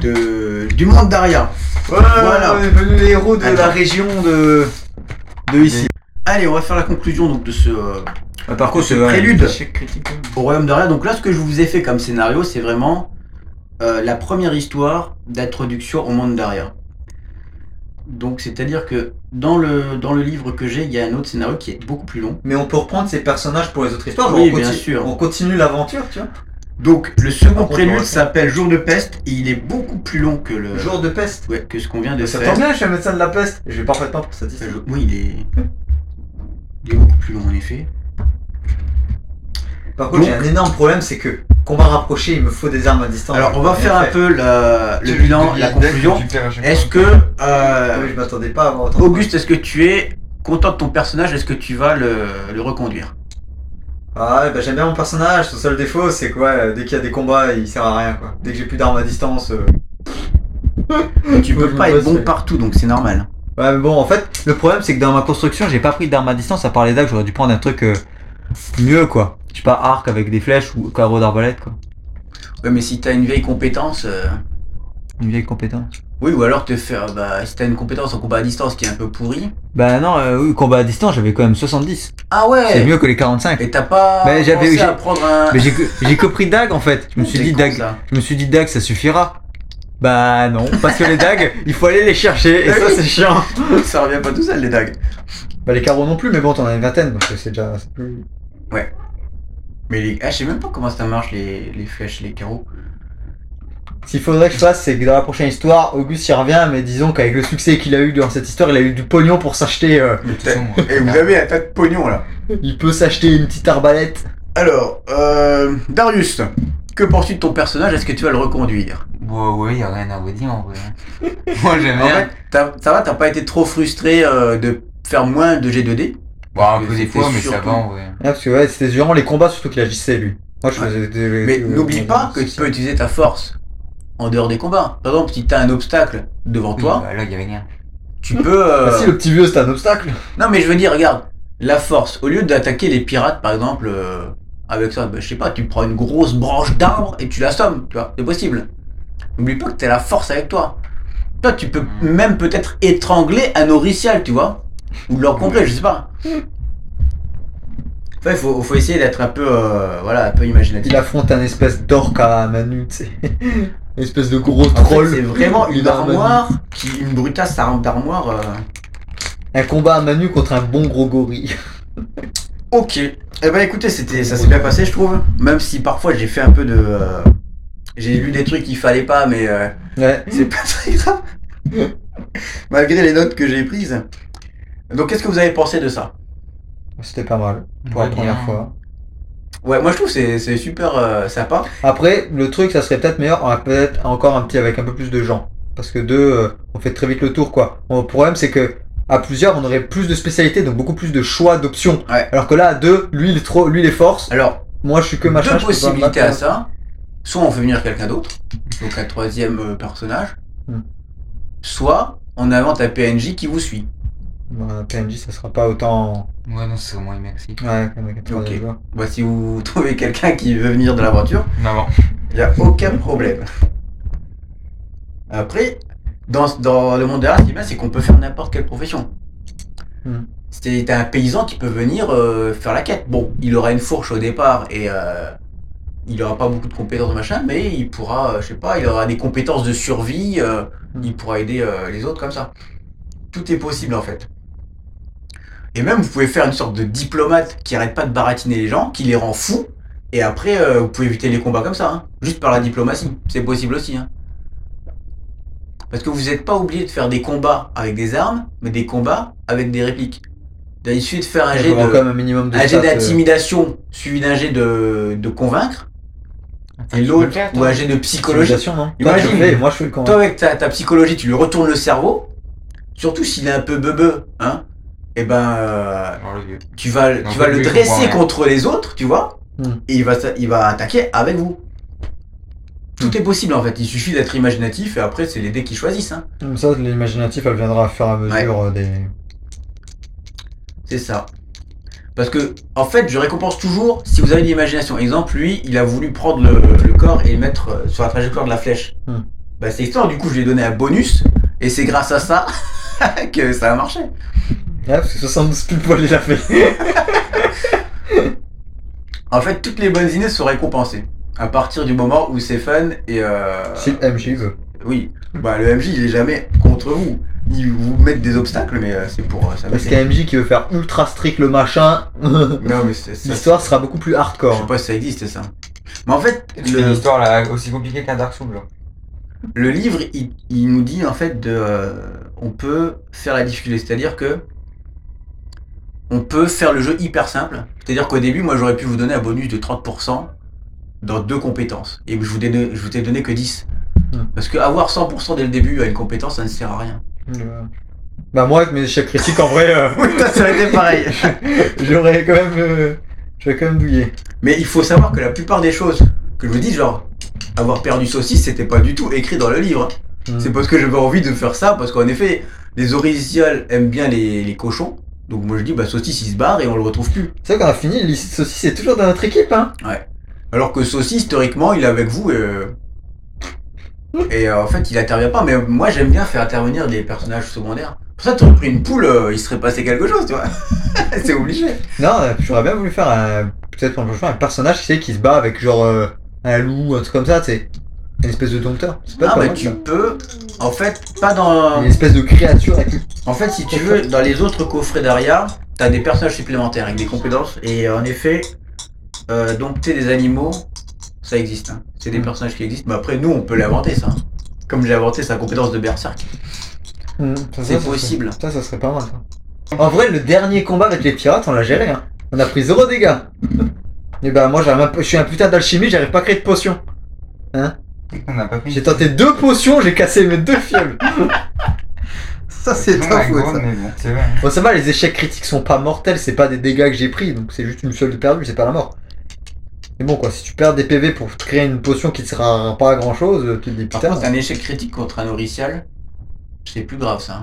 Speaker 1: de, du monde d'Aria.
Speaker 4: voilà, on est devenu les héros de la
Speaker 1: Attends.
Speaker 4: région de. de ici.
Speaker 1: Allez, on va faire la conclusion donc, de ce, euh,
Speaker 4: Ah, par
Speaker 1: Ce
Speaker 4: ouais,
Speaker 1: prélude.
Speaker 4: l'échec critique.
Speaker 1: au royaume d'Aria. Donc là, ce que je vous ai fait comme scénario, c'est vraiment euh, la première histoire d'introduction au monde d'Aria. Donc, c'est-à-dire que dans le, dans le livre que j'ai, il y a un autre scénario qui est beaucoup plus long.
Speaker 4: Mais on peut reprendre ces personnages pour les autres histoires.
Speaker 1: Oui,
Speaker 4: on
Speaker 1: bien
Speaker 4: continue-
Speaker 1: sûr.
Speaker 4: On continue l'aventure, tu vois.
Speaker 1: Donc le
Speaker 2: Par
Speaker 1: second
Speaker 2: contre, on
Speaker 1: prélude
Speaker 2: va-
Speaker 1: s'appelle Jour de peste et il est beaucoup plus long que
Speaker 2: Euh,
Speaker 1: le
Speaker 4: Jour de peste.
Speaker 1: ouais, que ce qu'on vient de
Speaker 2: Ça
Speaker 1: faire.
Speaker 2: tombe bien, je suis un médecin de la peste. Je vais parfaitement pour cette
Speaker 1: Enfin,
Speaker 2: histoire.
Speaker 1: je- Oui, il est il est beaucoup plus long en effet.
Speaker 4: Par contre,
Speaker 1: Donc-
Speaker 4: j'ai un énorme problème, c'est que combat rapproché, il me faut des armes à distance.
Speaker 1: Alors on va
Speaker 4: Bien
Speaker 1: faire un
Speaker 4: fait.
Speaker 1: peu la- le
Speaker 3: Tu-
Speaker 1: bilan,
Speaker 3: tu-
Speaker 1: la
Speaker 3: tu-
Speaker 1: conclusion.
Speaker 3: tu perds à chaque
Speaker 1: Est-ce
Speaker 3: fois.
Speaker 1: que
Speaker 4: Ah
Speaker 1: euh,
Speaker 4: oui, je m'attendais pas à avoir autant. de-
Speaker 1: Auguste, est-ce que tu es content de ton personnage Est-ce que tu vas le, le reconduire
Speaker 4: Ah ouais, bah j'aime bien mon personnage, son seul défaut c'est quoi, dès qu'il y a des combats, il sert à rien quoi. Dès que j'ai plus d'armes à distance. euh,
Speaker 1: Tu
Speaker 4: Ouais,
Speaker 1: peux
Speaker 4: je
Speaker 1: pas
Speaker 4: vois,
Speaker 1: être bon
Speaker 4: c'est-
Speaker 1: partout, donc c'est normal.
Speaker 4: Ouais, mais bon, en fait, le problème c'est que dans ma construction, j'ai pas pris d'armes à distance à part les dagues, j'aurais dû prendre un truc euh, mieux quoi. Je sais pas, arc avec des flèches ou carreau d'arbalète quoi.
Speaker 1: Ouais, mais si t'as une vieille compétence. euh,
Speaker 4: Une vieille compétence.
Speaker 1: Oui, ou alors te faire. Bah, si t'as une compétence en combat à distance qui est un peu pourrie.
Speaker 4: Bah non, euh, oui, combat à distance, j'avais quand même 70.
Speaker 1: Ah
Speaker 4: C'est
Speaker 1: ouais Ben,
Speaker 4: mieux que les 45.
Speaker 1: Et t'as pas
Speaker 4: Mais j'avais-
Speaker 1: pensé à
Speaker 4: j'ai-
Speaker 1: prendre un.
Speaker 4: Mais j'ai que, j'ai que pris dague en fait. Je me suis
Speaker 1: C'est
Speaker 4: dit
Speaker 1: con,
Speaker 4: dague,
Speaker 1: ça.
Speaker 4: je me suis dit dague, ça suffira. Bah non, parce que les dagues, il faut aller les chercher et
Speaker 1: Eh
Speaker 4: ça
Speaker 1: oui.
Speaker 4: c'est chiant.
Speaker 1: Ça revient pas tout seul les dagues.
Speaker 4: Bah les carreaux non plus, mais bon, t'en as une vingtaine, donc euh, c'est déjà. c'est plus-
Speaker 1: Mais les... ah, je sais même pas comment ça marche les, les flèches, les carreaux.
Speaker 4: Ce qu'il faudrait que je fasse, c'est que dans la prochaine histoire, Auguste y revient, mais disons qu'avec le succès qu'il a eu durant cette histoire, il a eu du pognon pour s'acheter. euh,
Speaker 3: De toute façon, euh,
Speaker 1: Et vous avez un tas de pognon là.
Speaker 4: il peut s'acheter une petite arbalète.
Speaker 1: Alors, euh, Darius, que penses-tu de ton personnage Est-ce que tu vas le reconduire
Speaker 3: Bon, ouais, y a rien à vous dire en vrai. hein. Moi j'aime
Speaker 1: En
Speaker 3: bien.
Speaker 1: fait, t'as- ça va, t'as pas été trop frustré euh, de faire moins de G2D
Speaker 3: Bon, Bah, un peu des
Speaker 1: C'était
Speaker 3: fois, mais ça
Speaker 1: surtout-
Speaker 3: va en vrai.
Speaker 4: Ah, parce que ouais, c'était durant les combats surtout qu'il agissait lui. Moi je
Speaker 1: Ouais.
Speaker 4: faisais des.
Speaker 1: Mais
Speaker 4: des-
Speaker 1: n'oublie
Speaker 4: des-
Speaker 1: pas que euh, tu peux utiliser ta force en dehors des combats. Par exemple, si t'as un obstacle devant
Speaker 3: Oui,
Speaker 1: toi,
Speaker 3: bah, là, y avait rien.
Speaker 1: tu peux. euh,
Speaker 4: Ah si, le petit vieux c'est un obstacle.
Speaker 1: Non, mais je veux dire, regarde, la force, au lieu d'attaquer les pirates, par exemple, euh, avec ça, bah, je sais pas, tu prends une grosse branche d'arbre et tu l'assommes, tu vois, c'est possible. N'oublie pas que t'as la force avec toi. Toi, tu peux
Speaker 3: Mhm.
Speaker 1: même peut-être étrangler un oricial, tu vois, ou leur complet, je sais pas. Enfin, il faut, faut essayer d'être un peu, euh, voilà, un peu imaginatif.
Speaker 4: Il affronte un espèce d'orc à Manu, tu sais. Une espèce de gros
Speaker 1: En fait,
Speaker 4: troll.
Speaker 1: c'est vraiment une
Speaker 4: Il a un Manu.
Speaker 1: armoire, qui, une brutasse arme d'armoire. euh,
Speaker 4: Un combat à Manu contre un bon gros gorille.
Speaker 1: Ok. Eh ben écoutez, c'était ça s'est bien passé, je trouve. Même si parfois j'ai fait un peu de euh, j'ai lu des trucs qu'il fallait pas mais euh,
Speaker 4: Ouais.
Speaker 1: c'est pas très grave. Malgré les notes que j'ai prises. Donc qu'est-ce que vous avez pensé de ça
Speaker 4: C'était pas mal pour la
Speaker 1: Bah
Speaker 3: Ouais,
Speaker 4: première
Speaker 3: bien.
Speaker 4: fois.
Speaker 1: Ouais, moi je trouve que c'est c'est super euh, sympa.
Speaker 4: Après, le truc, ça serait peut-être meilleur, on a peut-être encore un petit avec un peu plus de gens. Parce que deux, euh, on fait très vite le tour, quoi. Bon, le problème, c'est que à plusieurs, on aurait plus de spécialités, donc beaucoup plus de choix d'options.
Speaker 1: Ouais.
Speaker 4: Alors que là, à deux, lui, il est trop, lui, il est force.
Speaker 1: Alors,
Speaker 4: Moi, je suis que
Speaker 1: deux
Speaker 4: machin. je peux pas
Speaker 1: possibilités
Speaker 4: me
Speaker 1: à
Speaker 4: battre.
Speaker 1: ça. Soit on fait venir quelqu'un d'autre, donc un troisième euh, personnage.
Speaker 4: Hmm.
Speaker 1: Soit on invente un PNJ qui vous suit.
Speaker 4: Bon, un PNJ, ça sera pas autant.
Speaker 3: Ouais, non, c'est au moins merci.
Speaker 4: Ouais, comme avec un troisième
Speaker 1: Ok.
Speaker 4: joueur.
Speaker 1: Bah, si vous trouvez quelqu'un qui veut venir de l'aventure,
Speaker 3: Non, bon.
Speaker 1: Il n'y a aucun problème. Après, dans, dans le monde de l'art, ce qui est bien, c'est qu'on peut faire n'importe quelle profession.
Speaker 4: Hmm.
Speaker 1: C'est t'as un paysan qui peut venir euh, faire la quête. Bon, il aura une fourche au départ et euh, il aura pas beaucoup de compétences, machin, mais il pourra, euh, je sais pas, il aura des compétences de survie, euh,
Speaker 4: Hmm.
Speaker 1: il pourra aider euh, les autres comme ça. Tout est possible en fait. Et même, vous pouvez faire une sorte de diplomate qui arrête pas de baratiner les gens, qui les rend fous, et après, euh, vous pouvez éviter les combats comme ça, hein. juste par la diplomatie. C'est possible aussi. hein. Parce que vous n'êtes pas obligé de faire des combats avec des armes, mais des combats avec des répliques. Il suffit de faire un
Speaker 4: Il
Speaker 1: jet
Speaker 4: faut avoir quand
Speaker 1: de-
Speaker 4: même un minimum de
Speaker 1: un jet
Speaker 4: stats, euh,
Speaker 1: d'intimidation suivi d'un jet de, de convaincre, et l'autre, ou un jet de psychologie.
Speaker 4: civilisation, non
Speaker 1: Imagine.
Speaker 4: Toi, tu le fais, moi, je fais le camp.
Speaker 1: Toi, avec ta, ta psychologie, tu lui retournes le cerveau, surtout s'il est un peu beubeux, hein. et ben euh,
Speaker 3: Alors, le vieux.
Speaker 1: tu vas,
Speaker 3: Non,
Speaker 1: tu vas
Speaker 3: lui,
Speaker 1: le
Speaker 3: il comprend
Speaker 1: dresser
Speaker 3: rien.
Speaker 1: contre les autres, tu vois,
Speaker 4: Hmm.
Speaker 1: et il va, s- il va attaquer avec vous. Tout
Speaker 3: Hmm.
Speaker 1: est possible en fait, il suffit d'être imaginatif et après c'est les dés qui choisissent. Hein.
Speaker 4: Comme ça, l'imaginatif, elle viendra à faire à mesure euh, des.
Speaker 1: C'est ça. Parce que, en fait, je récompense toujours si vous avez de l'imagination. Exemple, lui, il a voulu prendre le, le corps et le mettre euh, sur la trajectoire de la flèche.
Speaker 4: Hmm.
Speaker 1: Bah, c'est histoire, du coup, je lui ai donné un bonus, et c'est grâce à ça que ça a marché.
Speaker 4: Ah, parce que 72 pile poil, il a fait.
Speaker 1: En fait, toutes les bonnes idées sont récompensées. À partir du moment où c'est fun et. Euh...
Speaker 4: Si le MJ veut.
Speaker 1: Oui. Bah, le MJ, il est jamais contre vous. Il vous met des obstacles, mais euh, c'est pour. euh, ça
Speaker 4: Parce
Speaker 1: m'étonne.
Speaker 4: qu'un MJ qui veut faire ultra strict le machin,
Speaker 1: Non, mais c'est. ça-
Speaker 4: l'histoire sera beaucoup plus
Speaker 1: Je sais
Speaker 4: hardcore.
Speaker 1: pas si ça existe, ça. Mais en fait,
Speaker 3: Tu fais une histoire là, aussi compliquée qu'un Dark Souls. hein. là.
Speaker 1: Le livre, il, il nous dit en fait de, euh, on peut faire la difficulté, c'est-à-dire que on peut faire le jeu hyper simple. C'est-à-dire qu'au début, moi, j'aurais pu vous donner un bonus de 30% dans deux compétences, et je vous donné, je vous ai donné que 10.
Speaker 4: Hmm.
Speaker 1: Parce que avoir 100% dès le début à une compétence, ça ne sert à rien.
Speaker 4: Euh, Bah, moi, avec mes échecs critiques, en vrai, euh,
Speaker 1: ça aurait été pareil.
Speaker 4: j'aurais quand même. euh, J'aurais quand même douillé.
Speaker 1: Mais il faut savoir que la plupart des choses que je vous dis, genre avoir perdu saucisse, c'était pas du tout écrit dans le livre.
Speaker 4: Hmm.
Speaker 1: C'est parce que j'avais envie de faire ça, parce qu'en effet, les oriciales aiment bien les, les cochons. Donc moi je dis, bah Saucisse il se barre et on le retrouve plus.
Speaker 4: C'est vrai qu'on a fini, l'issue de saucisse est toujours dans notre équipe, hein.
Speaker 1: Alors que Saucisse, théoriquement, il est avec vous et. euh, Et euh, en fait, il intervient pas, mais moi j'aime bien faire intervenir des personnages secondaires. Pour ça, t'aurais pris une poule, euh, il serait passé quelque chose, tu vois. C'est obligé.
Speaker 4: Non, euh, j'aurais bien voulu faire un- peut-être pour le prochain un personnage qui, qui se bat avec genre euh, un loup, un truc comme ça, tu sais. Une espèce de dompteur. C'est pas
Speaker 1: Ah,
Speaker 4: mal,
Speaker 1: bah tu Ah.
Speaker 4: ça.
Speaker 1: peux, en fait, pas dans.
Speaker 4: Une espèce de créature avec
Speaker 1: En fait, si tu veux, dans les autres coffrets d'Aria, t'as des personnages supplémentaires avec des compétences. Et euh, en effet, euh, dompter des animaux, ça existe. hein. C'est des
Speaker 4: Mm.
Speaker 1: personnages qui existent. Mais après, nous, on peut l'inventer, ça. hein. Comme j'ai inventé sa compétence de berserk. C'est possible.
Speaker 4: Ça, ça serait pas mal. ça. En vrai, le dernier combat avec les pirates, on l'a géré. Hein. On a pris zéro dégâts. Et bah moi, j'arrive pas- je suis un putain d'alchimie, j'arrive pas à créer de potion.
Speaker 3: On n'a pas pris.
Speaker 4: J'ai tenté deux potions, j'ai cassé mes deux fioles. ça, c'est
Speaker 3: Tout le
Speaker 4: pas
Speaker 3: monde
Speaker 4: fou,
Speaker 3: a
Speaker 4: ça.
Speaker 3: grogne, mais bon, c'est vrai.
Speaker 4: Bon, ça va, les échecs critiques sont pas mortels, c'est pas des dégâts que j'ai pris, donc c'est juste une seule de perdue, c'est pas la mort. Mais bon, quoi, si tu perds des PV pour te créer une potion qui te sera pas à grand chose, tu te dis
Speaker 1: Par
Speaker 4: putain.
Speaker 1: contre, un échec critique contre un oricial, c'est plus grave, ça. hein.